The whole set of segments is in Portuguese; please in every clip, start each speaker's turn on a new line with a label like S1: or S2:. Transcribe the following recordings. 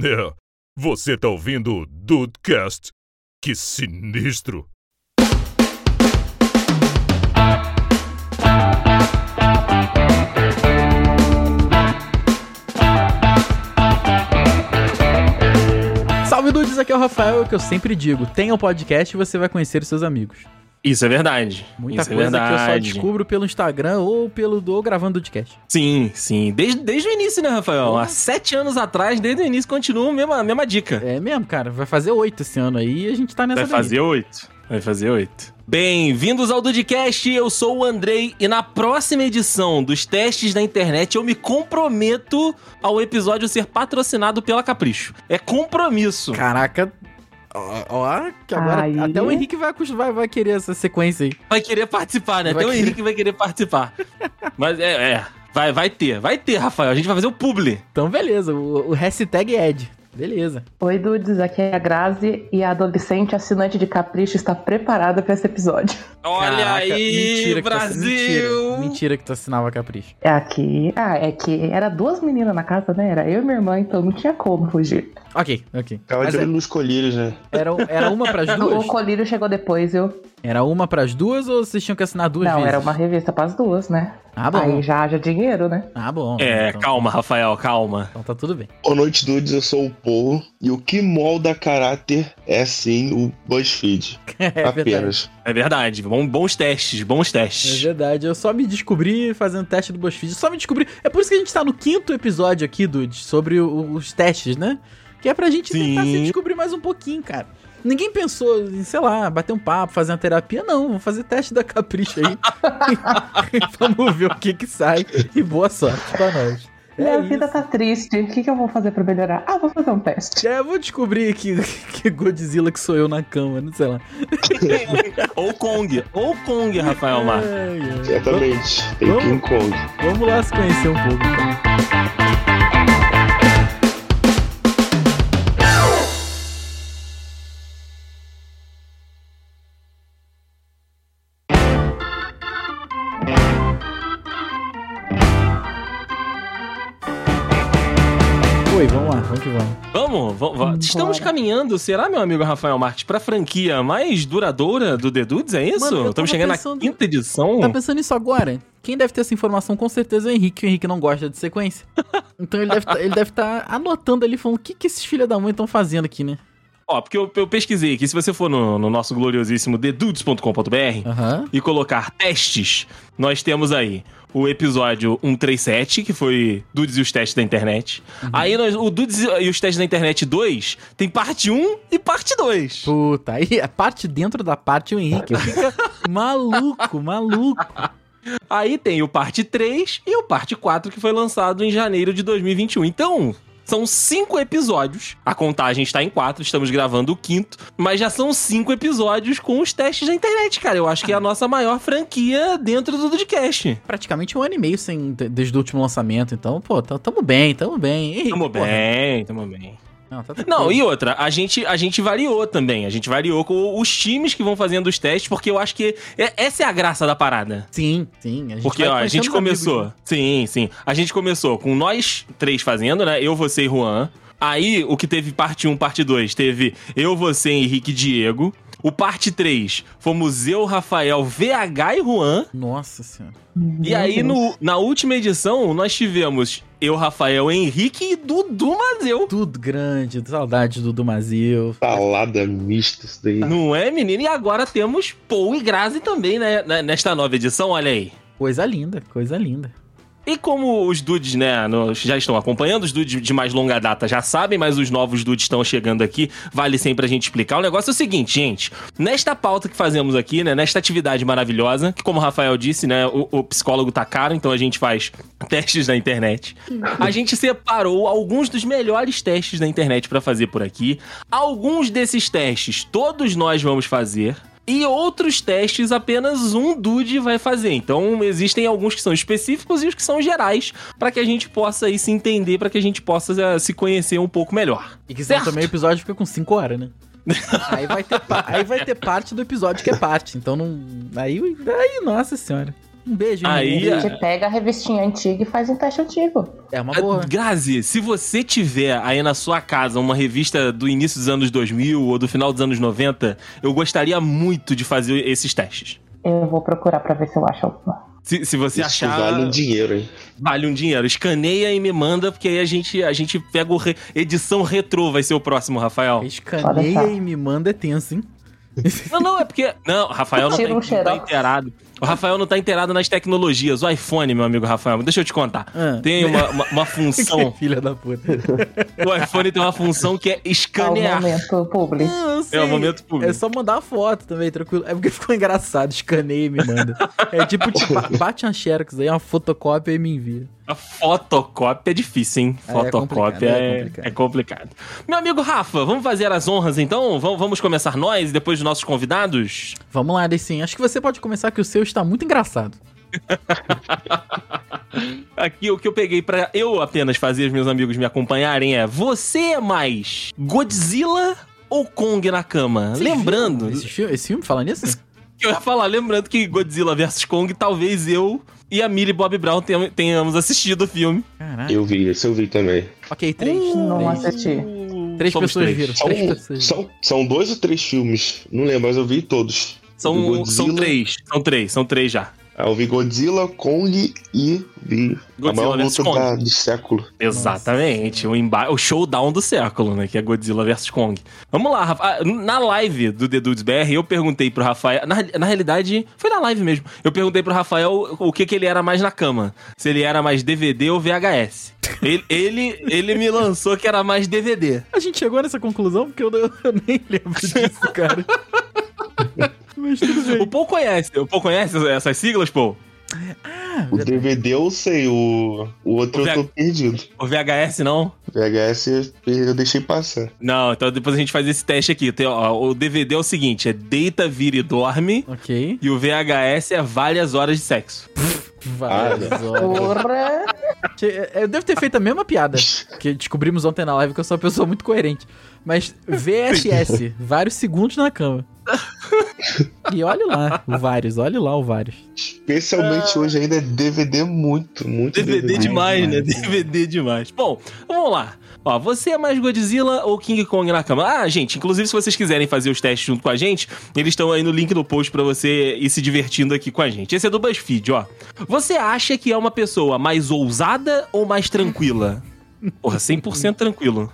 S1: É, você tá ouvindo o Dudecast? Que sinistro!
S2: Salve Dudes, aqui é o Rafael, que eu sempre digo, tenha um podcast e você vai conhecer os seus amigos.
S3: Isso é verdade.
S2: Muita
S3: Isso é
S2: coisa que eu só
S3: verdade.
S2: descubro pelo Instagram ou pelo do gravando podcast.
S3: Sim, sim. Desde, desde o início, né, Rafael? Há sete anos atrás, desde o início, continua a mesma, a mesma dica.
S2: É mesmo, cara, vai fazer oito esse ano aí e a gente tá nessa
S3: Vai
S2: daí.
S3: fazer oito. Vai fazer oito. Bem-vindos ao Dudcast, eu sou o Andrei e na próxima edição dos testes da internet eu me comprometo ao episódio ser patrocinado pela Capricho. É compromisso.
S2: Caraca, ó, ó, que agora
S4: Aí.
S2: até o Henrique vai, acus- vai- vai querer essa sequência aí.
S3: Vai querer participar, né?
S2: Vai
S3: Até o
S2: querer.
S3: Henrique vai querer participar. Mas é, é. Vai, vai ter, vai ter, Rafael. A gente vai fazer o publi.
S2: Então beleza, o, o hashtag é Ed. Beleza.
S4: Oi, Dudes, aqui é a Grazi e a adolescente assinante de Capricho está preparada para esse episódio.
S3: Olha
S2: Caraca,
S3: aí,
S2: que tu assi-
S3: Brasil!
S2: mentira, mentira que tu assinava Capricho.
S4: É aqui. Ah, é que era duas meninas na casa, né? Era eu e minha irmã, então não tinha como fugir.
S2: Ok, ok.
S5: Ficava
S2: Mas
S5: de
S2: é,
S5: olho nos colírios, né?
S2: era, era uma pras duas?
S4: O colírio chegou depois, eu.
S2: Era uma pras duas ou vocês tinham que assinar duas
S4: não,
S2: vezes?
S4: era uma revista para as duas, né?
S2: Ah, bom.
S4: Aí já haja dinheiro, né?
S2: Ah, bom.
S3: É,
S2: então,
S3: calma, Rafael, calma.
S2: Então tá tudo bem.
S5: Boa noite, dudes. Eu sou o Paul. E o que molda caráter é sim o BuzzFeed.
S2: É verdade.
S5: apenas.
S3: É verdade. Bom- bons testes, bons
S2: É
S3: testes.
S2: verdade, eu só me descobri fazendo teste do BuzzFeed, só me descobri... É por isso que a gente tá no quinto episódio aqui, Dude, sobre o- os testes, né? Que é pra gente tentar
S3: Sim.
S2: se descobrir mais um pouquinho, cara. Ninguém pensou em, sei lá, bater um papo, fazer uma terapia, não. Vou fazer teste da capricha aí. Vamos ver o que que sai. E boa sorte pra nós.
S4: minha
S2: É
S4: vida
S2: isso.
S4: tá triste. O que, que eu vou fazer para melhorar? Ah, vou fazer um teste.
S2: Já É, vou descobrir que, que Godzilla que sou eu na cama, não sei lá.
S3: ou Kong, ou Kong, Rafael Marques.
S2: Ai, ai.
S5: Certamente. Tem
S2: Vamos-
S5: King Kong.
S2: Vamos lá se conhecer um pouco. então. Oi, vamos lá, vamos que vamos.
S3: Vamos, vamos, vamos. Estamos caminhando, será, meu amigo Rafael Marques, pra franquia mais duradoura do The Dudes, é isso?
S2: Mano, eu tava
S3: Estamos chegando
S2: pensando-
S3: na quinta edição.
S2: Tá pensando nisso agora? Quem deve ter essa informação com certeza é o Henrique, que o Henrique não gosta de sequência. Então ele deve tá, estar anotando ali, falando o que, que esses filhos da mãe estão fazendo aqui, né?
S3: Ó, porque eu, eu pesquisei aqui, se você for no, no nosso gloriosíssimo thedudes.com.br,
S2: Aham.
S3: e colocar testes, nós temos aí o episódio 137, que foi Dudes e os testes da internet. Aí nós, o Dudes e os testes da internet 2 tem parte 1 e parte 2.
S2: Puta, aí a parte dentro da parte o Henrique fica maluco, maluco.
S3: Aí tem o parte 3 e o parte 4, que foi lançado em janeiro de 2021. Então. São cinco episódios. A contagem está em quatro, estamos gravando o quinto. Mas já são cinco episódios com os testes da internet, cara. Eu acho que é a nossa maior franquia dentro do podcast.
S2: Praticamente um ano e meio sem, de- desde o último lançamento, então, pô, tá- tamo bem, tamo bem. Henrique,
S3: Tamo
S2: porra.
S3: bem, tamo bem.
S2: Não, tá
S3: Não, e outra, a gente, a gente variou também. A gente variou com os times que vão fazendo os testes, porque eu acho que é- essa é a graça da parada.
S2: Sim, sim. A gente
S3: Porque
S2: vai
S3: ó, a
S2: conhecendo
S3: gente
S2: os
S3: começou.
S2: amigos, né?
S3: Sim, sim. A gente começou com nós três fazendo, né? Eu, você e Juan. Aí o que teve parte 1, parte 2, teve eu, você, Henrique e Diego. O parte 3 fomos eu, Rafael, VH e Juan.
S2: Nossa senhora.
S3: E aí no, na última edição nós tivemos eu, Rafael, Henrique e Dudu Mazeu.
S2: Tudo grande, saudades do Dumazil.
S5: Salada mista isso daí.
S3: Não é, menino? E agora temos Paul e Grazi também, né? né, Nesta nova edição, olha aí.
S2: Coisa linda, coisa linda.
S3: E como os dudes, né, no- já estão acompanhando, os dudes de mais longa data já sabem, mas os novos dudes estão chegando aqui, vale sempre a gente explicar. O negócio é o seguinte, gente, nesta pauta que fazemos aqui, né, nesta atividade maravilhosa, que como o Rafael disse, né, o, o psicólogo tá caro, então a gente faz testes na internet. A gente separou alguns dos melhores testes da internet pra fazer por aqui. Alguns desses testes todos nós vamos fazer. E outros testes apenas um dude vai fazer. Então existem alguns que são específicos e os que são gerais, pra que a gente possa aí se entender, pra que a gente possa eh, se conhecer um pouco melhor.
S2: E que senão
S3: Certo.
S2: também o episódio fica com 5 horas, né? aí, vai ter, pa- aí vai ter parte do episódio que é parte. Então não. Aí, aí nossa senhora. Um beijo, hein,
S3: Aí,
S2: menino.
S4: A gente pega a revistinha antiga e faz um teste antigo.
S2: É uma
S3: Ah,
S2: boa.
S3: Grazi, se você tiver aí na sua casa uma revista do início dos anos 2000 ou do final dos anos 90, eu gostaria muito de fazer esses testes.
S4: Eu vou procurar pra ver se eu acho alguma.
S3: Se, se você
S5: Isso
S3: achar,
S5: vale um dinheiro, hein?
S3: vale um dinheiro. Escaneia e me manda, porque aí a gente, a gente pega o re- edição retrô, vai ser o próximo, Rafael.
S4: Olha
S2: Escaneia
S4: só.
S2: e me manda é tenso, hein?
S3: Não, não, é porque. Não, o Rafael não tá,
S4: Tira um
S3: não tá
S4: xerox.
S3: inteirado. O Rafael não tá inteirado nas tecnologias. O iPhone, meu amigo Rafael, deixa eu te contar.
S2: Ah.
S3: Tem uma, uma, uma função.
S2: Que filha da puta.
S3: o iPhone tem uma função que é
S4: Tá o
S3: escanear.
S4: momento público.
S2: Não, eu sei.
S3: É o momento público.
S2: É só mandar a foto também, tranquilo. É porque ficou engraçado, escaneia e me manda. É tipo, tipo, ba- bate uma xerox aí, uma fotocópia e me envia.
S3: A fotocópia é difícil, hein?
S2: É, é
S3: Fotocópia
S2: complicado, é
S3: é, é complicado.
S2: complicado.
S3: Meu amigo Rafa, vamos fazer as honras então? Vamos, vamos começar nós e depois os nossos convidados?
S2: Vamos lá, Alicinha. Acho que você pode começar que o seu está muito engraçado.
S3: Aqui o que eu peguei pra eu apenas fazer os meus amigos me acompanharem é: você é mais Godzilla ou Kong na cama?
S2: Vocês
S3: lembrando
S2: viram Esse filme, esse filme fala nisso?
S3: que eu ia falar, lembrando que Godzilla vs Kong, talvez eu e a Millie Bob Brown tenham- tenhamos assistido o filme.
S2: Caraca.
S5: Eu vi, isso eu vi também.
S2: Ok, três.
S4: Não
S2: três.
S4: assisti.
S2: Três
S3: Somos
S2: pessoas
S3: três.
S2: viram.
S5: São,
S4: um,
S2: Três pessoas viram.
S5: são, são dois ou três filmes, não lembro, mas eu vi todos. Do
S3: São,
S5: Godzilla.
S3: são três, são três, são três já.
S5: Ah, Eu vi Godzilla, Kong e vi a
S2: né?
S3: Godzilla
S5: maior
S3: versus
S5: luta
S3: Kong.
S5: da- do século.
S3: Exatamente, o, emba- o showdown do século, né? Que é Godzilla vs Kong. Vamos lá, Rafa. Ah, Na live do The Dudes BR, eu perguntei pro Rafael. Na, na realidade, foi na live mesmo. Eu perguntei pro Rafael o que, que ele era mais na cama. Se ele era mais DVD ou VHS. Ele, ele, ele me lançou que era mais DVD.
S2: A gente chegou nessa conclusão porque eu, eu nem lembro disso, cara. Mas tudo bem.
S3: O Paul conhece, o Paul conhece essas siglas, Paul?
S2: É,
S5: O DVD eu sei, o, o outro
S3: O
S5: eu tô
S3: VH
S5: perdido.
S3: O VHS não?
S5: VHS eu deixei passar.
S3: Não, então depois a gente faz esse teste aqui. Tem, ó, o DVD é o seguinte: é deita, vira e dorme.
S2: Ok.
S3: E o VHS é várias horas de sexo.
S2: Várias horas.
S4: Porra!
S2: Che- é, Eu devo ter feito a mesma piada que descobrimos ontem na live que eu sou uma pessoa muito coerente. Mas VSS, vários segundos na cama. E olha lá, o vários, olha lá o vários.
S5: Especialmente hoje ainda é DVD muito, muito
S3: DVD,
S5: DVD.
S3: demais, né?
S2: demais.
S3: DVD demais. Bom, vamos lá. Ó, você é mais Godzilla ou King Kong na cama? Ah, gente, inclusive se vocês quiserem fazer os testes junto com a gente, eles estão aí no link do post pra você ir se divertindo aqui com a gente. Esse é do BuzzFeed, ó. Você acha que é uma pessoa mais ousada ou mais tranquila? Porra, 100% tranquilo.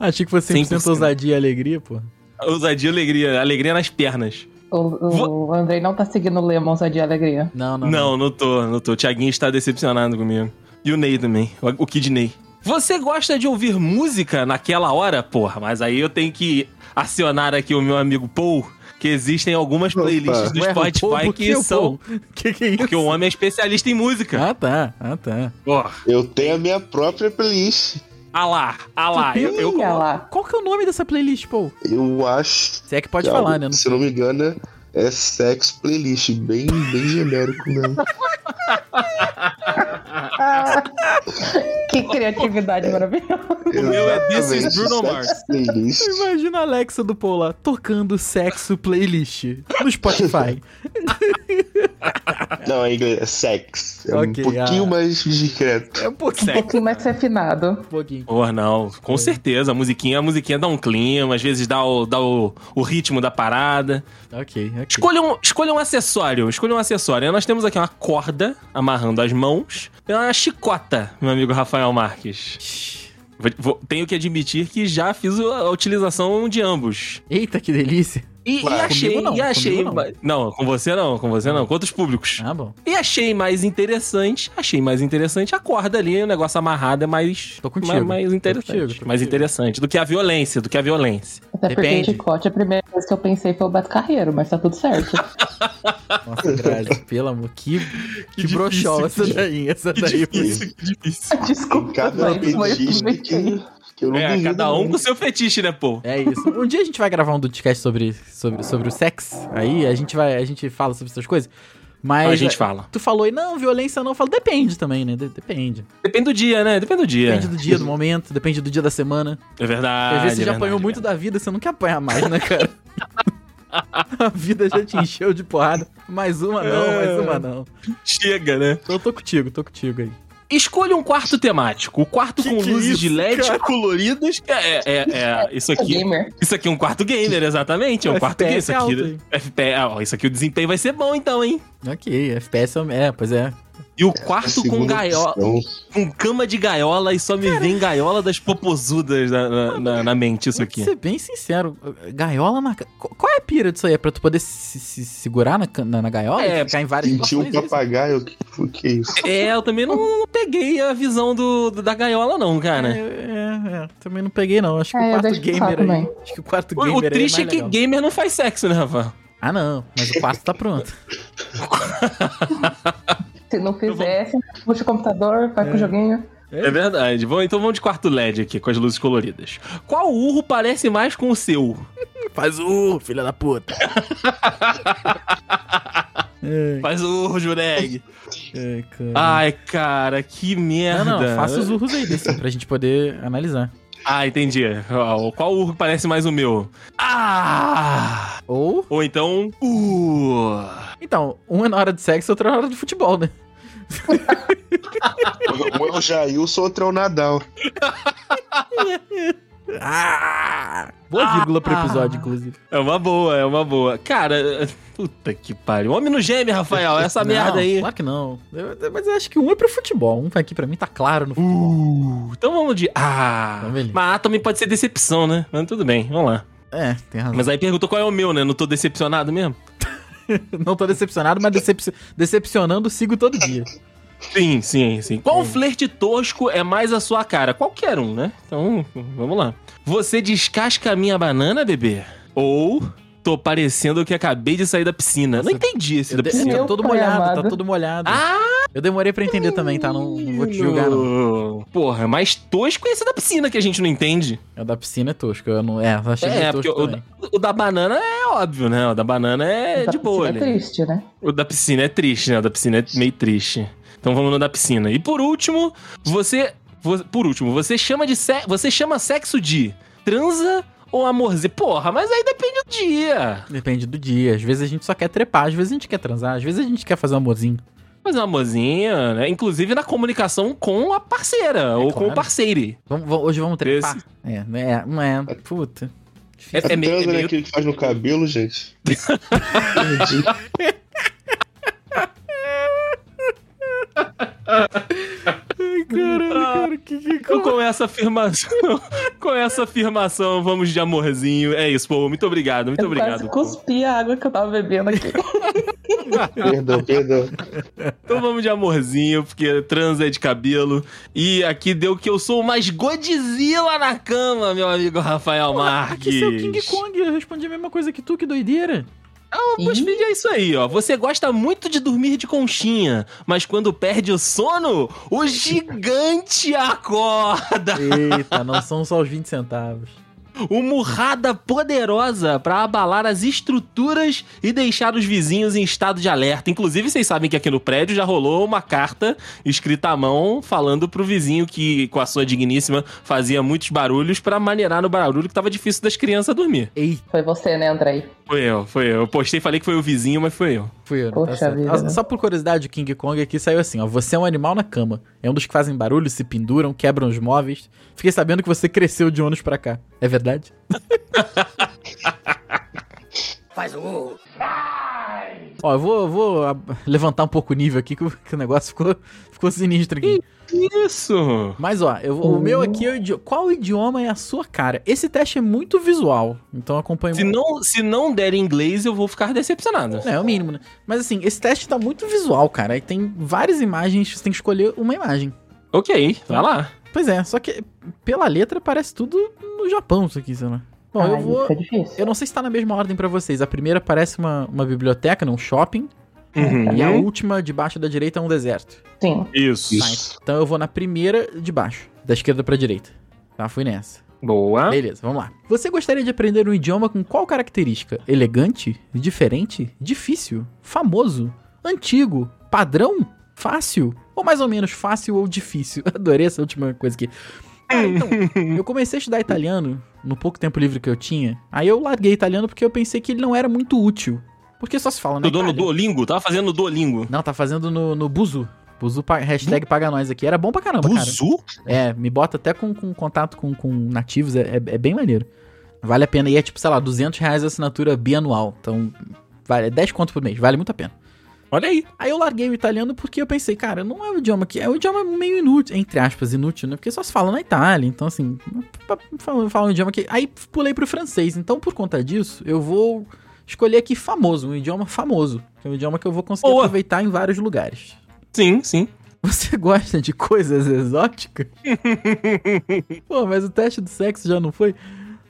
S2: Ah, Achei que fosse 100%,
S3: 100%.
S2: ousadia e alegria, pô.
S3: Ousadia e alegria. Alegria nas pernas.
S4: O, o Andrei não tá seguindo o Lemon só de alegria.
S2: Não, não.
S3: Não, não tô, não tô. O Thiaguinho está decepcionado comigo. E o Ney também, o o Kid Ney. Você gosta de ouvir música naquela hora? Porra, mas aí eu tenho que acionar aqui o meu amigo Paul, que existem algumas
S5: Opa.
S3: playlists do
S2: Ué, o povo
S3: Spotify
S2: que
S3: que
S2: eu,
S3: são...
S2: pô. Que que é isso?
S3: Porque o homem é especialista em música.
S2: Ah, tá. Ah, tá.
S3: Porra,
S5: Eu tenho a minha própria playlist.
S3: ah lá, ah lá. Eu, eu
S4: Ih, olha
S3: coloco...
S4: lá.
S2: Qual que é o nome dessa playlist, pô?
S5: Eu acho.
S2: Se é que pode
S5: que
S2: falar,
S5: algo-
S2: né? Não-
S5: Se não me engano, é sex playlist. Bem, bem genérico mesmo.
S4: Que criatividade maravilhosa.
S5: O
S3: meu é This is Bruno Mars.
S5: Playlist.
S2: Imagina a Alexa do Paul lá, tocando sexo playlist no Spotify.
S5: Não, em inglês é sex. É
S2: Ok,
S5: um pouquinho
S2: ah.
S5: mais discreto.
S2: É um pouquinho.
S4: Um pouquinho mais refinado.
S2: Um pouquinho.
S3: Porra, não. Com certeza, a musiquinha, a musiquinha dá um clima, às vezes dá o, dá o, o ritmo da parada.
S2: Ok, ok.
S3: Escolha um, escolha um acessório, escolha um acessório. Nós temos aqui uma corda amarrando as mãos e uma chicota, meu amigo Rafael Marques. Vou- vou- tenho que admitir que já fiz o- a utilização de ambos.
S2: Eita, que delícia.
S3: E, e
S5: Claro.
S3: achei,
S2: Comigo não,
S3: e achei.
S2: comigo não.
S3: ma- Não. com você não, com você não, com outros públicos.
S2: Ah, bom.
S3: E achei mais interessante, achei mais interessante a corda ali, o negócio amarrado é mais.
S2: Tô contigo,
S3: Mais, mais
S2: tô
S3: interessante.
S2: contigo, tô
S3: mais
S2: contigo.
S3: interessante do que a violência, do que a violência.
S4: Até porque
S2: Depende.
S4: chicote, a primeira coisa que eu pensei foi o Beto Carreiro, mas tá tudo certo.
S2: Nossa, Grazi, pelo amor. Que, que,
S3: difícil,
S2: broxola
S3: que-
S2: essa daí. Essa daí foi.
S5: difícil,
S3: que difícil.
S4: Desculpa,
S5: Cada
S4: mas foi
S5: playlist
S4: tudo bem.
S5: que, que eu não
S3: É,
S5: duvido
S3: cada um
S5: não.
S3: com seu fetiche, né, pô?
S2: É isso. Um dia a gente vai gravar um podcast sobre, sobre, sobre o sexo. Aí a gente vai, a gente fala sobre essas coisas. Mas é-
S3: a gente fala.
S2: tu falou aí, não, violência não. Eu falo, depende também, né? De- depende.
S3: Depende do dia, né? Depende do dia.
S2: Depende do dia, do momento, depende do dia da semana.
S3: É verdade.
S2: Às vezes você
S3: é
S2: já
S3: verdade,
S2: apanhou muito da vida, você não quer apanhar mais, né, cara? A vida já te encheu de porrada. Mais uma não, mais
S3: É.
S2: uma não. Então
S3: Chega, né?
S2: Eu tô contigo, tô contigo aí.
S3: Escolha um quarto temático. O quarto
S1: Que
S3: com
S1: que é
S3: luzes
S1: isso,
S3: de LED
S1: cara?
S3: coloridas. É, é, é, é, isso aqui.
S4: gamer.
S3: Isso aqui é um quarto gamer, exatamente. É um
S2: O
S3: quarto gamer.
S2: FPS
S3: Isso aqui,
S2: alto, hein?
S3: FP, ó, isso aqui o desempenho vai ser bom, então, hein?
S2: Ok, FPS é. É, pois é.
S3: E o
S5: A
S3: quarto com
S5: segunda
S3: gaiola.
S5: opção.
S3: Com cama de gaiola e só me vem gaiola das popozudas na, na- na- na mente, isso
S2: Vou te
S3: aqui.
S2: ser bem sincero, gaiola na. ca- Qu- Qual é a pira disso aí? É pra tu poder se, se segurar na, can- na, na gaiola?
S3: É,
S2: e ficar em várias
S5: Sentiu um
S2: posições, é isso?
S5: papagaio. O que, o que é isso?
S3: É, eu também não, não peguei a visão do, do- da gaiola, não, cara.
S2: É, é, é, também não peguei não. Acho que
S4: É,
S2: o
S4: eu
S2: quarto
S4: deixo pro
S2: gamer
S4: saco,
S2: aí.
S4: mãe.
S2: Acho que o quarto
S3: O, o
S2: gamer aí
S3: triste é,
S2: mais
S3: que
S2: legal.
S3: gamer não faz sexo, né, Rafa?
S2: Ah, não, mas o quarto tá pronto.
S4: Se não fizesse, puxa o computador, vai pro joguinho.
S3: É verdade. Bom, então vamos de quarto LED aqui, com as luzes coloridas. Qual urro parece mais com o seu?
S2: Faz o filha da puta. Ai,
S3: Faz o urro, Jureg.
S2: ai, cara.
S3: Ai, cara, que merda.
S2: não, não, faça os urros aí desse pra gente poder analisar.
S3: Ah, entendi. Ó, Qual urro parece mais o meu? Ah!
S2: Ou,
S3: Ou então... Uh.
S2: então, um é na hora de sexo, outro é na hora de futebol, né?
S5: Um é o Jailson, outro é o Nadal.
S2: Ah! Boa vírgula pro episódio, inclusive.
S3: É uma boa, é uma boa. Cara, puta que pariu. Homem no geme, Rafael, essa Tá merda
S2: Não,
S3: aí.
S2: Claro que não. Eu- eu- mas eu acho que um é pro futebol. Um aqui pra mim tá claro no futebol.
S3: Uh, então vamos de. Ah!
S2: Então, beleza.
S3: Mas ah, também pode ser decepção, né? Mas tudo bem, vamos lá.
S2: É, tem razão.
S3: Mas aí perguntou qual é o meu, né? Não tô decepcionado mesmo?
S2: Não tô decepcionado, mas decep- decepcionando sigo todo dia.
S3: Sim, sim, sim. Qual flerte tosco é mais a sua cara? Qualquer um, né? Então, vamos lá. Você descasca a minha banana, bebê? Ou tô parecendo que acabei de sair da piscina? Não entendi esse
S2: Eu
S3: da
S2: de- eu
S3: piscina.
S2: tô todo
S4: Meu pai
S2: molhado, tá
S4: amado.
S2: todo molhado.
S3: Ah,
S2: Eu demorei pra entender também, tá? Não, não vou te julgar, não.
S3: Porra, mais tosco é esse da piscina que a gente não entende.
S2: O da piscina é tosco. Eu não, é, eu achei
S3: É,
S2: meio
S3: porque
S2: tosco
S3: o,
S2: também.
S3: o da banana é óbvio, né? O da banana é de boa,
S4: É
S3: né?
S4: triste, né?
S3: O da piscina é triste, né? O da piscina é meio triste. Então vamos no da piscina. E por último, você. vo- por último, você chama de se, você chama sexo de transa ou amorzinho? Porra, mas aí depende do dia.
S2: Depende do dia. Às vezes a gente só quer trepar, às vezes a gente quer transar, às vezes a gente quer fazer um amorzinho.
S3: Mas um amorzinho, né? Inclusive na comunicação com a parceira ou com o
S2: claro.
S3: parceiro.
S2: Vvamos- vamos- hoje vamos trepar. É, não é, não é. Puta.
S3: É, é meio, é
S5: Tanto, né,
S3: meio-
S5: aquele que faz no cabelo, gente. Perdi.
S2: Ai, caralho,
S3: cara,
S2: que, que
S3: Então, com essa afirmação, com essa afirmação, vamos de amorzinho. É isso, pô. Muito obrigado, muito
S4: eu
S3: obrigado.
S4: É quase
S3: Paul.
S4: cuspi a água que eu tava bebendo aqui.
S5: Perdão, perdão.
S3: Então vamos de amorzinho, porque trans é de cabelo. E aqui deu que eu sou o mais Godzilla na cama, meu amigo Rafael Marques.
S2: Aqui seu King Kong, eu respondi a mesma coisa que tu, que doideira.
S3: Então, pois, filho, é isso aí, ó. Você gosta muito de dormir de conchinha, mas quando perde o sono, o gigante acorda.
S2: Eita, não são só os 20 centavos.
S3: O murrada poderosa pra abalar as estruturas e deixar os vizinhos em estado de alerta. Inclusive, vocês sabem que aqui no prédio já rolou uma carta escrita à mão falando pro vizinho que, com a sua digníssima, fazia muitos barulhos pra maneirar no barulho que tava difícil das crianças dormir.
S2: Eita,
S4: Foi você, né, Andrei?
S3: Foi eu, foi eu. Eu postei e falei que foi o vizinho, mas foi eu.
S2: fui eu. não
S4: Poxa
S2: tá certo.
S4: vida,
S2: Nossa,
S4: né?
S2: Só por curiosidade, o King Kong aqui saiu assim, ó. Você é um animal na cama. É um dos que fazem barulho, se penduram, quebram os móveis. Fiquei sabendo que você cresceu de ônus pra cá. É verdade? Faz o... Ó, eu vou, eu vou ah, levantar um pouco o nível aqui, que o, que o negócio ficou, ficou sinistro aqui.
S3: Isso!
S2: Mas ó, eu vou- o
S4: Hum.
S2: meu aqui é o idi- qual idioma é a sua cara? Esse teste é muito visual, então acompanha
S3: Se não, se não der inglês, eu vou ficar decepcionado.
S2: É, é o mínimo, né? Mas assim, esse teste tá muito visual, cara. Aí tem várias imagens, você tem que escolher uma imagem.
S3: Ok, vai lá.
S2: Pois é, só que pela letra parece tudo no Japão isso aqui, sei lá. Bom, eu
S4: Ai,
S2: vou
S4: Isso é difícil.
S2: eu não sei se tá na mesma ordem pra vocês. A primeira parece uma, uma biblioteca, né, um shopping.
S3: Uhum.
S2: E a última, debaixo da direita, é um deserto.
S4: Sim.
S3: Isso.
S5: Isso.
S2: Então eu vou na primeira de baixo, da esquerda pra direita. Tá, fui nessa.
S3: Boa.
S2: Beleza, vamos lá. Você gostaria de aprender um idioma com qual característica? Elegante? Diferente? Difícil? Famoso? Antigo? Padrão? Fácil? Ou mais ou menos fácil ou difícil? Adorei essa última coisa aqui. Cara, então, eu comecei a estudar italiano no pouco tempo livre que eu tinha. Aí eu larguei italiano porque eu pensei que ele não era muito útil. Porque só se fala, né?
S3: Estudou no Duolingo? Tava fazendo no Duolingo.
S2: Não, tá fazendo no, no Buzu. Buzu, pa- hashtag paga nós aqui. Era bom pra caramba, cara. É, me bota até com, com contato com, com nativos, é, é, é bem maneiro. Vale a pena, e é tipo, sei lá, 200 reais a assinatura bianual. Então, vale, é 10 conto por mês, vale muito a pena.
S3: Olha aí.
S2: Aí eu larguei o italiano porque eu pensei, cara, não é o idioma que. É um idioma meio inútil, entre aspas, inútil, né? Porque só se fala na Itália, então assim. pa- pa- Fala, fala um idioma que. Aí pulei pro francês. Então, por conta disso, eu vou escolher aqui famoso, um idioma famoso. Que é um idioma que eu vou conseguir
S3: Boa.
S2: aproveitar em vários lugares.
S3: Sim, sim.
S2: Você gosta de coisas exóticas? Pô, mas o teste do sexo já não foi?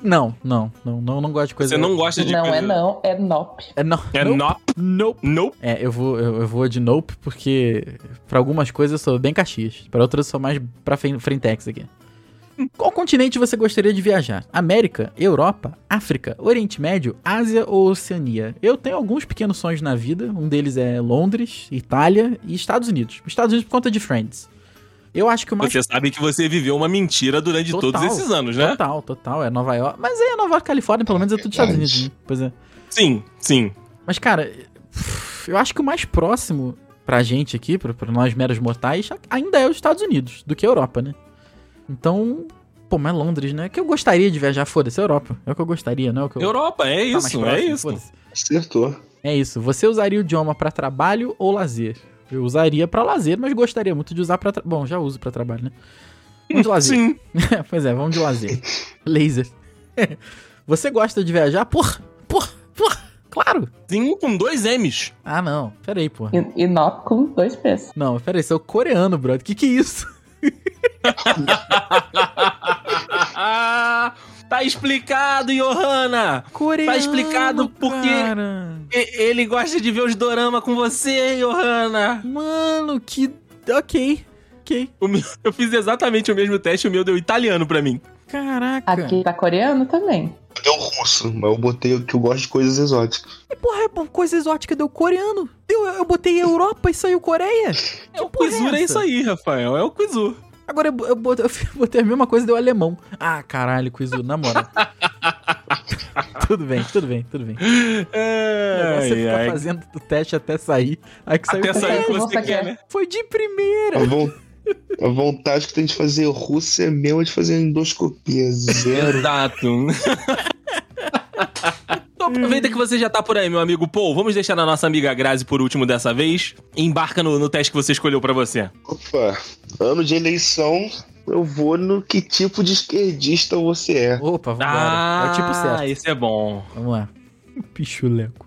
S2: Não, não, não, não, não gosto de coisa
S3: Você não gosta de.
S4: Não é
S3: coisa-
S4: não, é nope.
S2: É, não.
S3: É
S2: Nope.
S3: nope,
S2: Nope.
S3: nope.
S2: É, eu vou, eu, eu vou de nope, porque pra algumas coisas eu sou bem Caxias, pra outras eu sou mais pra fren- Frentex aqui.
S3: Hum.
S2: Qual continente você gostaria de viajar? América, Europa, África, Oriente Médio, Ásia ou Oceania? Eu tenho alguns pequenos sonhos na vida, um deles é Londres, Itália e Estados Unidos. Estados Unidos por conta de Friends. Eu acho que o mais
S3: Você sabe que você viveu uma mentira durante
S2: Total.
S3: todos esses anos, né?
S2: Total, total. É Nova York. Mas é Nova York, Califórnia, pelo menos é tudo Estados
S5: Verdade.
S2: Unidos. Né? Pois é.
S3: Sim, sim.
S2: Mas, cara, eu acho que o mais próximo pra gente aqui, pra, pra nós meros mortais, ainda é os Estados Unidos, do que a Europa, né? Então, pô, mas Londres, né? Que eu gostaria de viajar, foda-se, Europa. É o que eu gostaria, não é o que eu...
S3: Europa,
S2: tá
S3: é
S2: mais
S3: isso, é
S2: próximo,
S3: isso.
S2: foda-se.
S5: Acertou.
S2: É isso. Você usaria o idioma pra trabalho ou lazer? Eu usaria pra lazer, mas gostaria muito de usar pra... Tra... Bom, já uso pra trabalho, né? Vamos de lazer.
S3: Sim.
S2: É, pois é, vamos de lazer. Laser. Você gosta de viajar? Porra, porra, porra. Claro.
S3: Sim, com dois M's.
S2: Ah, não. Pera aí, porra.
S4: E, e nope com dois P's.
S2: Não, pera aí, sou coreano, brother. Que que é isso?
S3: tá explicado, Johanna!
S2: Coreano,
S3: explicado por quê.
S2: cara.
S3: E- Ele gosta de ver os dorama com você, Johanna.
S2: Mano, que... Ok, ok.
S3: O meu- eu fiz exatamente o mesmo teste, o meu deu italiano pra mim.
S2: Caraca.
S4: Aqui tá coreano também.
S5: Deu um russo, mas eu botei o que eu gosto de coisas exóticas.
S2: E porra, é uma coisa exótica, deu coreano. Eu, eu botei Europa e saiu Coreia.
S3: É o
S2: porra é
S3: Quizur,
S2: essa?
S3: é, isso aí, Rafael. É o Quizur.
S2: Agora eu, eu botei, eu botei a mesma coisa, deu alemão. Ah, caralho, Kuizu, na moral. tudo bem, tudo bem, tudo bem. O negócio é
S3: Ai,
S2: ficar
S3: ai.
S2: fazendo o teste até sair. Aí que saiu
S3: Até
S2: o
S3: sair o
S2: teste.
S3: que
S4: Você
S3: você
S4: quer.
S3: quer, né?
S2: Foi de primeira.
S5: A, von- a vontade que tem de fazer russo é mesmo de fazer endoscopia. Zero.
S3: Exato. Então aproveita que você já tá por aí, meu amigo Paul. Vamos deixar a nossa amiga Grazi por último dessa vez. E embarca no, no teste que você escolheu pra você.
S5: Opa, ano de eleição, eu vou no que tipo de esquerdista você é.
S2: Opa, vambora. é o tipo certo.
S3: esse é bom.
S2: Vamos lá. Pichuleco.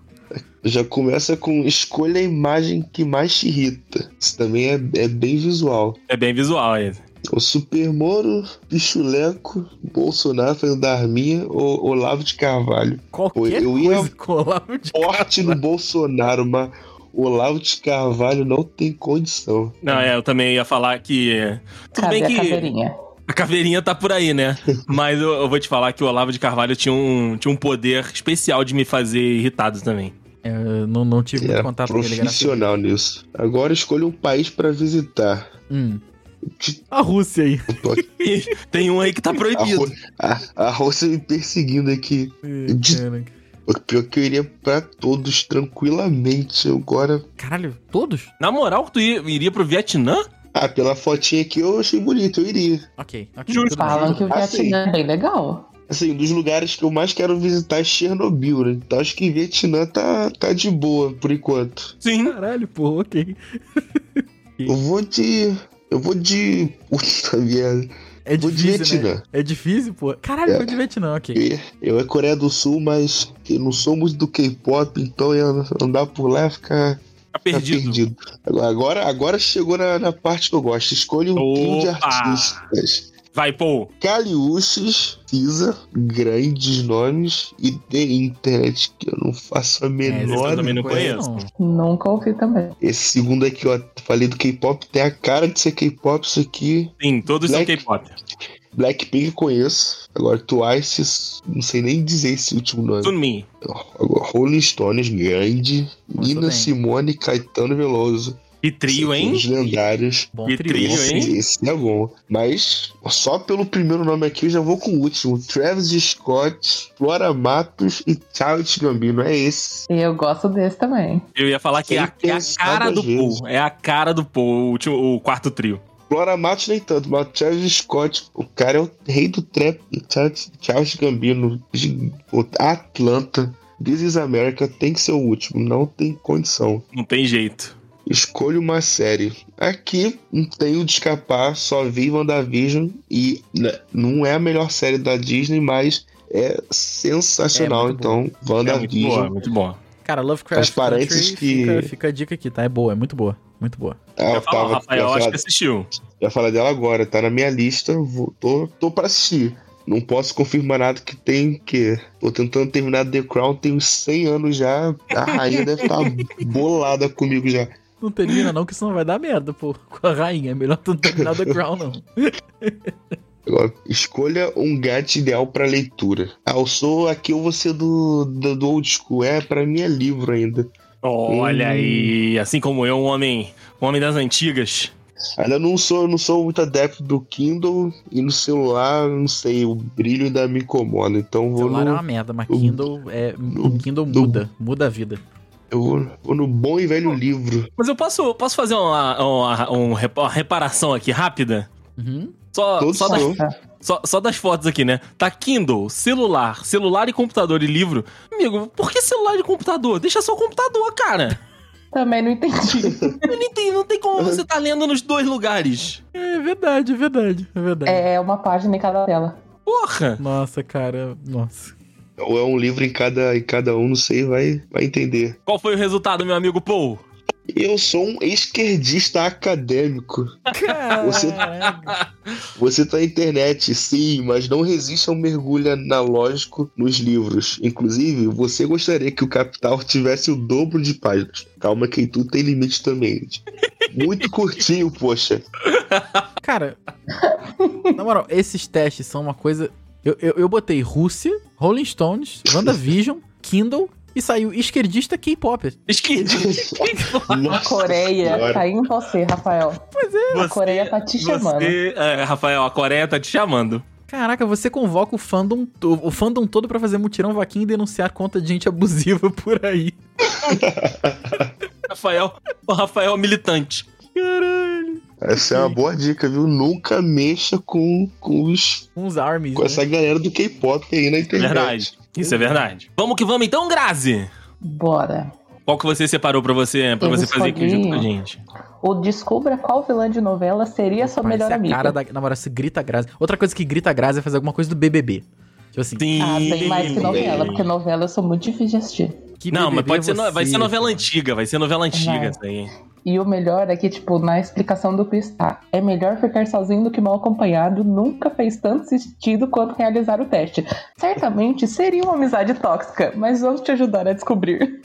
S5: Já começa com escolha a imagem que mais te irrita. Isso também é, é bem visual.
S3: É bem visual esse.
S5: O Supermoro, Pichuleco, Bolsonaro fazendo da Arminha ou Olavo de Carvalho.
S2: Qualquer
S5: Eu ia-
S2: coisa com o Olavo de
S5: Forte no Bolsonaro, mas Olavo de Carvalho não tem condição.
S3: Não, é, eu também ia falar que. é, Tudo
S4: Cadê
S3: bem
S4: a
S3: que.
S4: caveirinha?
S3: A caveirinha tá por aí, né? Mas eu, eu vou te falar que o Olavo de Carvalho tinha um, tinha um poder especial de me fazer irritado também.
S2: É, Eu não, não tive
S5: Ele é
S2: muito
S5: era
S2: contato com ele. graças
S5: profissional nisso. Agora escolha um país pra visitar.
S2: a Deus. Hum. A Rússia aí.
S3: E tem um aí que tá
S5: A,
S3: proibido.
S5: Ro- a, a Rússia me perseguindo aqui. De-
S2: Caraca.
S5: O pior que eu iria pra todos tranquilamente. Agora,
S2: Caralho, todos?
S3: Na moral, tu i- iria pro Vietnã?
S5: ah, pela fotinha aqui eu achei bonito, eu iria.
S2: Ok. ok,
S3: Justo.
S2: tudo bem,
S4: Falam
S2: tudo
S4: que o
S2: bem.
S5: Assim.
S4: Vietnã é bem legal.
S5: Assim, um dos lugares que eu mais quero visitar é Chernobyl, né? Então acho que Vietnã tá, tá de boa por enquanto.
S3: Sim. Tá
S2: Caralho, pô, ok.
S5: Eu vou de. Eu vou de. Puta merda.
S2: É
S5: Vou de
S2: difícil, né?
S5: Vietnã.
S2: É difícil, pô. Caralho,
S5: É.
S2: foi de Vietnã, ok.
S5: Eu, eu é Coreia do Sul, mas eu não sou muito do K-pop, então eu ia andar por lá e ficar
S3: Tá
S5: ficar
S3: perdido.
S5: perdido. Agora, agora chegou na, na parte que eu gosto. Escolha um trio de
S3: Opa!
S5: artistas.
S3: Vai, pô.
S5: Caliuches, Pisa, grandes nomes e The Internet, que eu não faço a
S2: esse
S5: menor.
S3: É, eu também não
S2: conheço,
S3: conheço.
S4: Nunca ouvi também.
S5: Esse segundo aqui, ó, falei do K-pop, tem a cara de ser K-pop isso aqui.
S3: Sim, todos
S5: Black-
S3: são um K-pop.
S5: Blackpink eu conheço. Agora Twice, não sei nem dizer esse último nome.
S3: Sunmi.
S5: Agora, Rolling Stones, grande.
S2: Começou
S5: Nina
S2: bem.
S5: Simone, Caetano Veloso.
S3: Que trio, hein?
S5: Os um lendários.
S2: Bom
S3: Que
S2: trio.
S3: trio, hein?
S5: Esse, esse é bom. Mas só pelo primeiro nome aqui eu já vou com o último. Travis Scott, Flora Matos e Charles Gambino. É esse.
S4: E eu gosto desse também.
S3: Eu ia falar que é a,
S5: Sem
S3: é a
S5: pensar
S3: cara do
S5: duas vezes.
S3: Paul. É a cara do Paul, o, último- o quarto trio.
S5: Flora Matos nem tanto, mas Travis Scott, o cara é o rei do trap. Charles, Charles Gambino, de Atlanta. This is America tem que ser o último, não tem condição.
S3: Não tem jeito.
S5: Escolha uma série. Aqui não tenho de escapar, só vi WandaVision e n- não é a melhor série da Disney, mas é sensacional.
S2: É muito boa.
S5: então,
S3: É muito boa,
S5: WandaVision.
S3: muito bom.
S2: Cara, Lovecraft
S5: As parênteses
S2: Country,
S5: que-
S2: fica, fica a dica aqui, tá? É boa, é muito boa. Muito boa.
S5: Ah,
S3: eu
S5: eu
S3: falo,
S5: tava,
S3: Rafael,
S5: ia,
S3: eu acho
S5: falar,
S3: que assistiu.
S5: ia falar dela agora, tá na minha lista, vou- tô, tô pra assistir. Não posso confirmar nada que tem que. Tô tentando terminar The Crown, tenho 100 anos já. A rainha deve estar bolada comigo já.
S2: Não termina não, que senão vai dar merda, pô. Com a rainha. É melhor tu não terminar The Crown, não.
S5: Agora, escolha um gato ideal pra leitura. Ah, eu sou aqui, eu vou ser do, do, do old school. É, pra mim é livro ainda.
S3: Olha
S5: Hum.
S3: aí, assim como eu, um homem, um homem das antigas.
S5: Ainda não sou, não sou muito adepto do Kindle e no celular, não sei, o brilho ainda me incomoda. Então eu vou
S2: celular é uma
S5: no,
S2: merda, mas
S5: o-
S2: Kindle, é, o
S5: o-
S2: Kindle
S5: do-
S2: muda. Muda a vida.
S5: eu vou, vou no bom e velho livro.
S3: Mas eu posso, posso fazer uma, uma- um rep- uma reparação aqui rápida?
S2: Uhum.
S3: Só,
S5: Todos
S3: só, das,
S5: são.
S3: só- só das fotos aqui, né? Tá Kindle, celular, celular e computador e livro. Amigo, por que celular e computador? Deixa só o computador, cara.
S4: Também não entendi.
S3: Eu não entendi, não tem como você tá lendo nos dois lugares.
S2: É verdade, é verdade, é verdade.
S4: É uma página em cada tela.
S3: Porra!
S2: Nossa, cara, nossa.
S5: Ou é um livro em cada, em cada um, não sei, vai, vai entender.
S3: Qual foi o resultado, meu amigo Paul?
S5: Eu sou um esquerdista acadêmico. Você-
S2: Caraca.
S5: Você tá na internet, sim, mas não resiste ao mergulho analógico nos livros. Inclusive, você gostaria que o Capital tivesse o dobro de páginas. Calma que tudo tem limite também. gente. Muito curtinho, poxa.
S2: Cara, na moral, esses testes são uma coisa. Eu, eu, eu botei Rússia, Rolling Stones, WandaVision, Kindle e saiu esquerdista K-pop.
S3: Esquerdista.
S4: A
S5: Nossa
S4: Coreia
S5: Senhora.
S4: tá em você, Rafael.
S3: Você-
S4: Coreia tá te chamando.
S3: Você, é, Rafael, a Coreia tá te chamando.
S2: Caraca, você convoca o fandom, to- o fandom todo pra fazer mutirão vaquinha e denunciar conta de gente abusiva por aí.
S3: Rafael, o Rafael é um militante.
S5: Essa é uma boa dica, viu? Nunca mexa com, com, os,
S2: Uns armies.
S5: com
S2: né?
S5: essa galera do K-pop aí na internet.
S3: Verdade. Isso é verdade. Vamos que vamos então, Grazi.
S4: Bora.
S3: Qual que você separou pra você, pra
S4: Eu
S3: você fazer aqui
S4: escolhi-
S3: junto com a gente?
S4: O descubra qual vilã de novela seria sua
S2: Mas
S4: melhor
S2: se a
S4: amiga.
S2: cara da. Na moral, se grita a Grazi. Outra coisa que grita a Grazi é fazer alguma coisa do BBB. Tipo assim,
S3: Sim.
S4: Ah, bem mais que novela, porque novela eu sou muito difícil de assistir.
S2: que
S3: Não, mas
S2: BBB
S3: pode ser, no-
S2: é você-
S3: vai ser novela antiga, vai ser novela antiga
S4: Vai.
S3: isso aí.
S4: E o melhor é que, tipo, na explicação do quiz tá, é melhor ficar sozinho do que mal acompanhado, nunca fez tanto sentido quanto realizar o teste. Certamente seria uma amizade tóxica, mas vamos te ajudar a descobrir.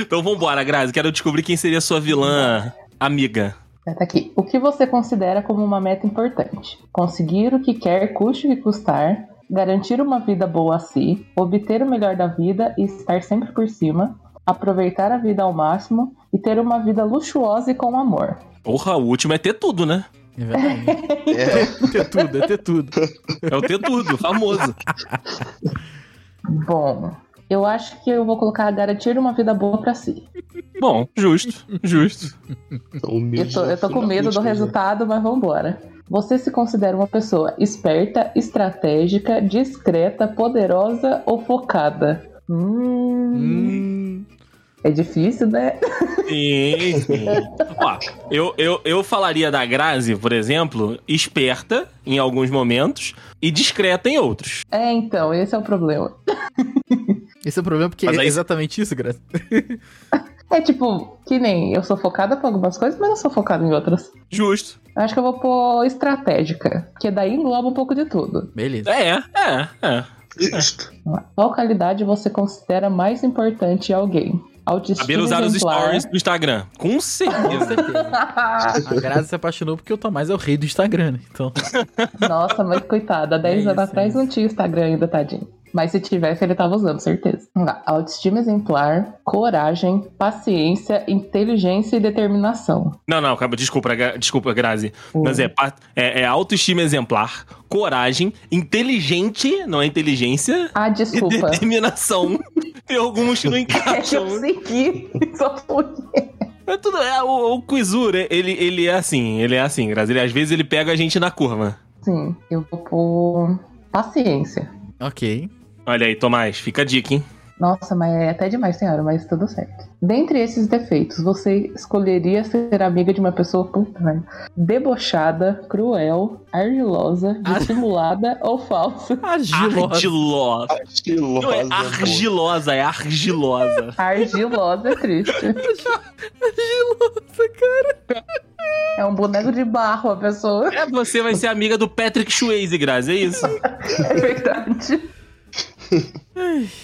S3: então vambora, Grazi. Quero descobrir quem seria sua vilã amiga.
S4: Já Tá aqui. O que você considera como uma meta importante? Conseguir o que quer, custe o que custar, garantir uma vida boa a si, obter o melhor da vida e estar sempre por cima, aproveitar a vida ao máximo e ter uma vida luxuosa e com amor.
S3: Porra, o último é ter tudo, né?
S2: É verdade.
S5: É,
S2: ter tudo, é ter tudo.
S3: É o ter tudo, famoso.
S4: Bom, eu acho que eu vou colocar garantir uma vida boa pra si.
S3: Bom, justo, justo.
S5: então, meu
S4: Eu tô, eu tô
S5: filho
S4: com
S5: da
S4: medo do
S5: puta, né?
S4: resultado, mas vambora. Você se considera uma pessoa esperta, estratégica, discreta, poderosa ou focada? Hum,
S2: Hum.
S4: É difícil, né?
S3: Sim, sim. Ó, eu, eu, eu falaria da Grazi, por exemplo, esperta em alguns momentos e discreta em outros.
S4: É, então, esse é o problema.
S2: Esse é o problema, porque
S3: Mas
S2: é
S3: aí-
S2: exatamente isso, Grazi.
S4: É tipo, que nem eu sou focada pra algumas coisas, mas não sou focada em outras.
S3: Justo.
S4: Eu acho que eu vou pôr estratégica, porque daí engloba um pouco de tudo.
S2: Beleza.
S3: É, é, é.
S5: Isto.
S4: Vamos lá. Qual qualidade você considera mais importante em alguém? Autoestima
S3: Saber usar os
S4: exemplar.
S3: stories do Instagram. Com
S2: Com
S3: certeza.
S2: certeza. A Grazi se apaixonou porque o Tomás é o rei do Instagram, né? Então.
S4: Nossa, mas coitada, 10
S2: É
S4: anos
S2: isso,
S4: atrás
S2: é
S4: não tinha Instagram ainda, tadinho. Mas se tivesse, ele tava usando, certeza. Vamos lá. Autoestima exemplar, coragem, paciência, inteligência e determinação.
S3: Não, não, calma, desculpa, Gra- desculpa, Grazi.
S4: Hum.
S3: Mas é, pa- é, é autoestima exemplar, coragem, inteligente, não é inteligência,
S4: Ah,
S3: e
S4: desculpa.
S3: determinação. Tem alguns que não
S4: É que eu
S3: encaixam.
S4: segui. Só fui.
S3: É tudo, é, o, o Quizur, é- ele, ele é assim, ele é assim, Grazi. Ele, às vezes ele pega a gente na curva.
S4: Sim, eu vou por paciência.
S2: Ok.
S3: Olha aí, Tomás, fica a dica, hein?
S4: Nossa, mas é até demais, senhora, mas tudo certo. Dentre esses defeitos, você escolheria ser amiga de uma pessoa puta, né? debochada, cruel, argilosa,
S2: Ah.
S4: dissimulada ou falsa?
S2: Argilosa.
S3: Argilosa.
S5: Argilosa.
S3: Não é
S5: pô.
S3: argilosa, é argilosa.
S4: Argilosa é triste.
S2: Argilosa, cara.
S4: É um boneco de barro a pessoa.
S3: É, você vai ser amiga do Patrick Swayze, Grazi, é isso?
S4: É verdade.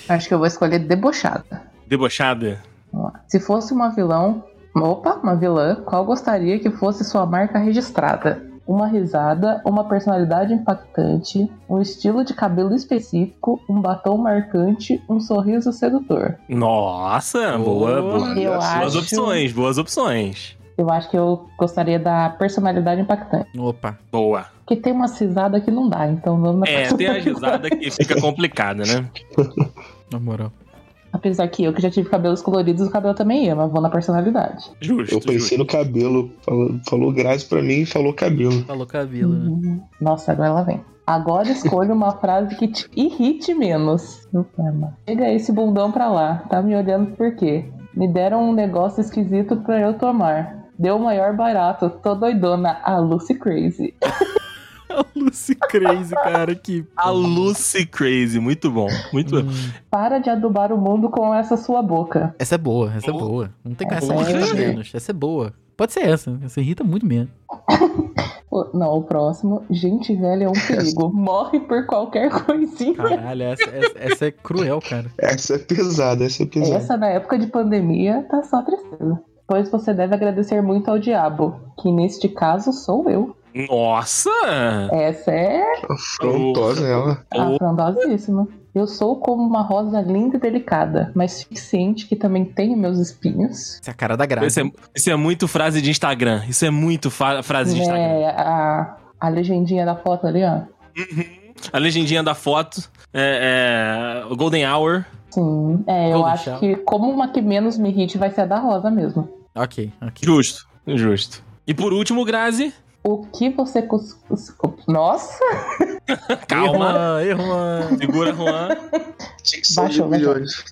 S4: Acho que eu vou escolher debochada.
S3: Debochada.
S4: Vamos lá. Se fosse uma vilão. Opa, uma vilã, qual gostaria que fosse sua marca registrada? Uma risada, uma personalidade impactante, um estilo de cabelo específico, um batom marcante, um sorriso sedutor.
S3: Nossa, boa,
S2: Boa.
S3: boa.
S4: eu
S3: Boas
S5: boas
S4: acho.
S3: opções, boas opções.
S4: Eu acho que eu gostaria da personalidade impactante.
S2: Opa.
S3: Boa.
S4: Porque tem umas risadas que não dá, então vamos na
S3: É, tem a
S4: personalidade.
S3: risada que fica complicada, né?
S2: Na moral.
S4: Apesar que eu que já tive cabelos coloridos, o cabelo também ia, mas vou na personalidade.
S3: Justo.
S5: Eu pensei no cabelo. Falou, falou Grazi pra mim e falou cabelo.
S2: Falou cabelo, né?
S4: Uhum. Nossa, agora ela vem. Agora escolha uma frase que te irrite menos. Meu pai, mano. Chega esse bundão pra lá. Tá me olhando por quê? Me deram um negócio esquisito pra eu tomar. Deu o maior barato. Tô doidona. A Lucy Crazy.
S2: A Lucy Crazy, cara, que.
S3: A Lucy Crazy, muito bom. Muito bom.
S2: Hum,
S4: Para de adubar o mundo com essa sua boca.
S2: Essa é boa, essa é boa. Não tem que essa
S4: Boa.
S2: irrita menos. Essa é boa. Pode ser essa, essa irrita muito menos.
S4: O- Não, o próximo. Gente velha é um perigo. Morre por qualquer coisinha.
S2: Caralho, essa, essa- essa é cruel, cara.
S5: Essa é pesada, essa é pesada.
S4: Essa na época de pandemia tá só tristeza. Pois você deve agradecer muito ao diabo, que neste caso sou eu.
S3: Hum. Nossa!
S4: Essa é
S5: Afrontosa ela.
S4: afrondosíssima. Eu sou como uma rosa linda e delicada, mas fique ciente que também tenho meus espinhos.
S2: Essa é a cara da
S3: Isso
S2: graça.
S3: é, isso é muito frase de Instagram. Isso é muito fa- frase de Instagram.
S4: É, a, a legendinha da foto ali, ó.
S3: Uhum. A legendinha da foto. É, é, o Golden Hour.
S4: Sim, é, eu
S2: Golden
S4: acho
S2: Shower.
S4: que como uma que menos me irrite vai ser a da rosa mesmo.
S3: é-
S2: Ok, ok.
S3: Justo. Justo. E por último, Grazi.
S4: O que você... cons- cons- Nossa!
S3: Calma.
S2: Erro, mano.
S3: Segura, Juan.
S5: Tinha que ser
S4: Baixou,
S5: de
S4: né,
S5: milhões.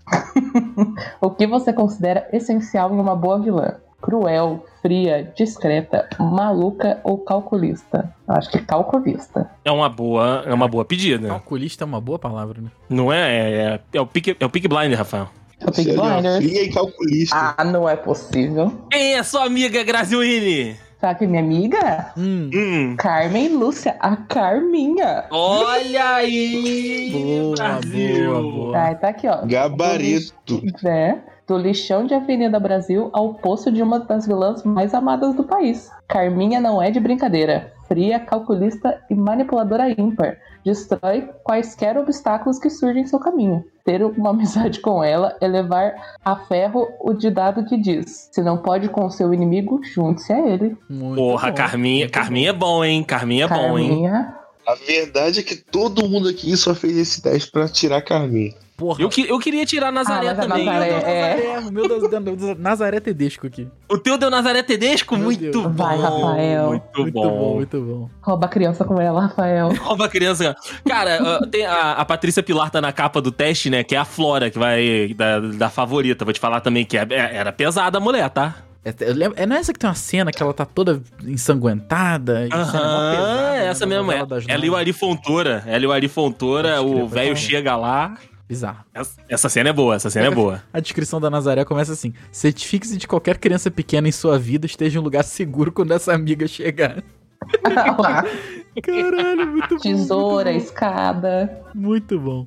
S4: O que você considera essencial em uma boa vilã? Cruel, fria, discreta, maluca ou calculista? Eu acho que calculista.
S3: É uma boa, é uma boa pedida.
S2: Calculista é uma boa palavra, né?
S3: Não é? É, é, é o pick, é o pick blind, Rafael.
S4: Eu
S5: Você
S4: tenho
S5: é uma
S4: blinders.
S5: fria e calculista.
S4: Ah, não é possível.
S3: Quem é sua amiga, Graziwini?
S4: Será que é minha amiga?
S2: Hum.
S3: Hum.
S4: Carmen Lúcia, a Carminha.
S3: Olha aí!
S2: Boa,
S3: Brasil.
S2: boa, boa.
S4: Ai, tá aqui, ó.
S5: Gabarito.
S4: É, do lixão de Avenida Brasil ao posto de uma das vilãs mais amadas do país. Carminha não é de brincadeira. Fria, calculista e manipuladora ímpar. Destrói quaisquer obstáculos que surgem em seu caminho. Ter uma amizade com ela é levar a ferro o ditado que diz: se não pode com o seu inimigo, junte-se a ele.
S2: Muito
S3: Porra,
S2: bom.
S3: Carminha.
S2: Muito
S3: Carminha é bom, hein? Carminha é bom, hein?
S4: Carminha.
S5: A verdade é que todo mundo aqui só fez esse teste pra tirar Carminho.
S2: bom. Porra.
S3: Eu, que- eu queria tirar Nazaré
S4: Ah, mas a
S3: também.
S4: Nazaré-
S2: Meu Deus,
S4: É.
S2: Nazaré, Meu Deus, meu Deus, Nazaré Tedesco aqui.
S3: O teu deu Nazaré Tedesco?
S2: Meu
S3: muito
S2: Deus.
S3: bom.
S4: Vai, Rafael.
S3: Muito,
S2: Muito
S3: bom.
S2: bom, muito bom.
S4: Rouba a criança com ela, Rafael.
S3: Nova criança. Cara, ah, tem a, a Patrícia Pilar tá na capa do teste, né? Que é a Flora, que vai da, da favorita. Vou te falar também que é- é- era pesada a mulher, tá?
S2: É, eu lembro- é, não é essa que tem uma cena que ela tá toda ensanguentada? e cena mó é pesada,
S3: Aham,
S2: né,
S3: essa
S2: da
S3: mesmo é.
S2: novela das
S3: Ela e o
S2: nove?
S3: Ari Fontoura. Ela e o Ari Fontoura,
S2: Acho que
S3: o
S2: depois
S3: velho
S2: eu
S3: chega lá.
S2: Bizarro.
S3: Essa, essa cena é boa, essa cena é boa.
S2: A descrição da Nazaré começa assim: certifique-se de qualquer criança pequena em sua vida esteja em um lugar seguro quando essa amiga chegar. Caralho, muito bom.
S4: Tesoura,
S3: Uhum.
S4: escada.
S2: Muito bom.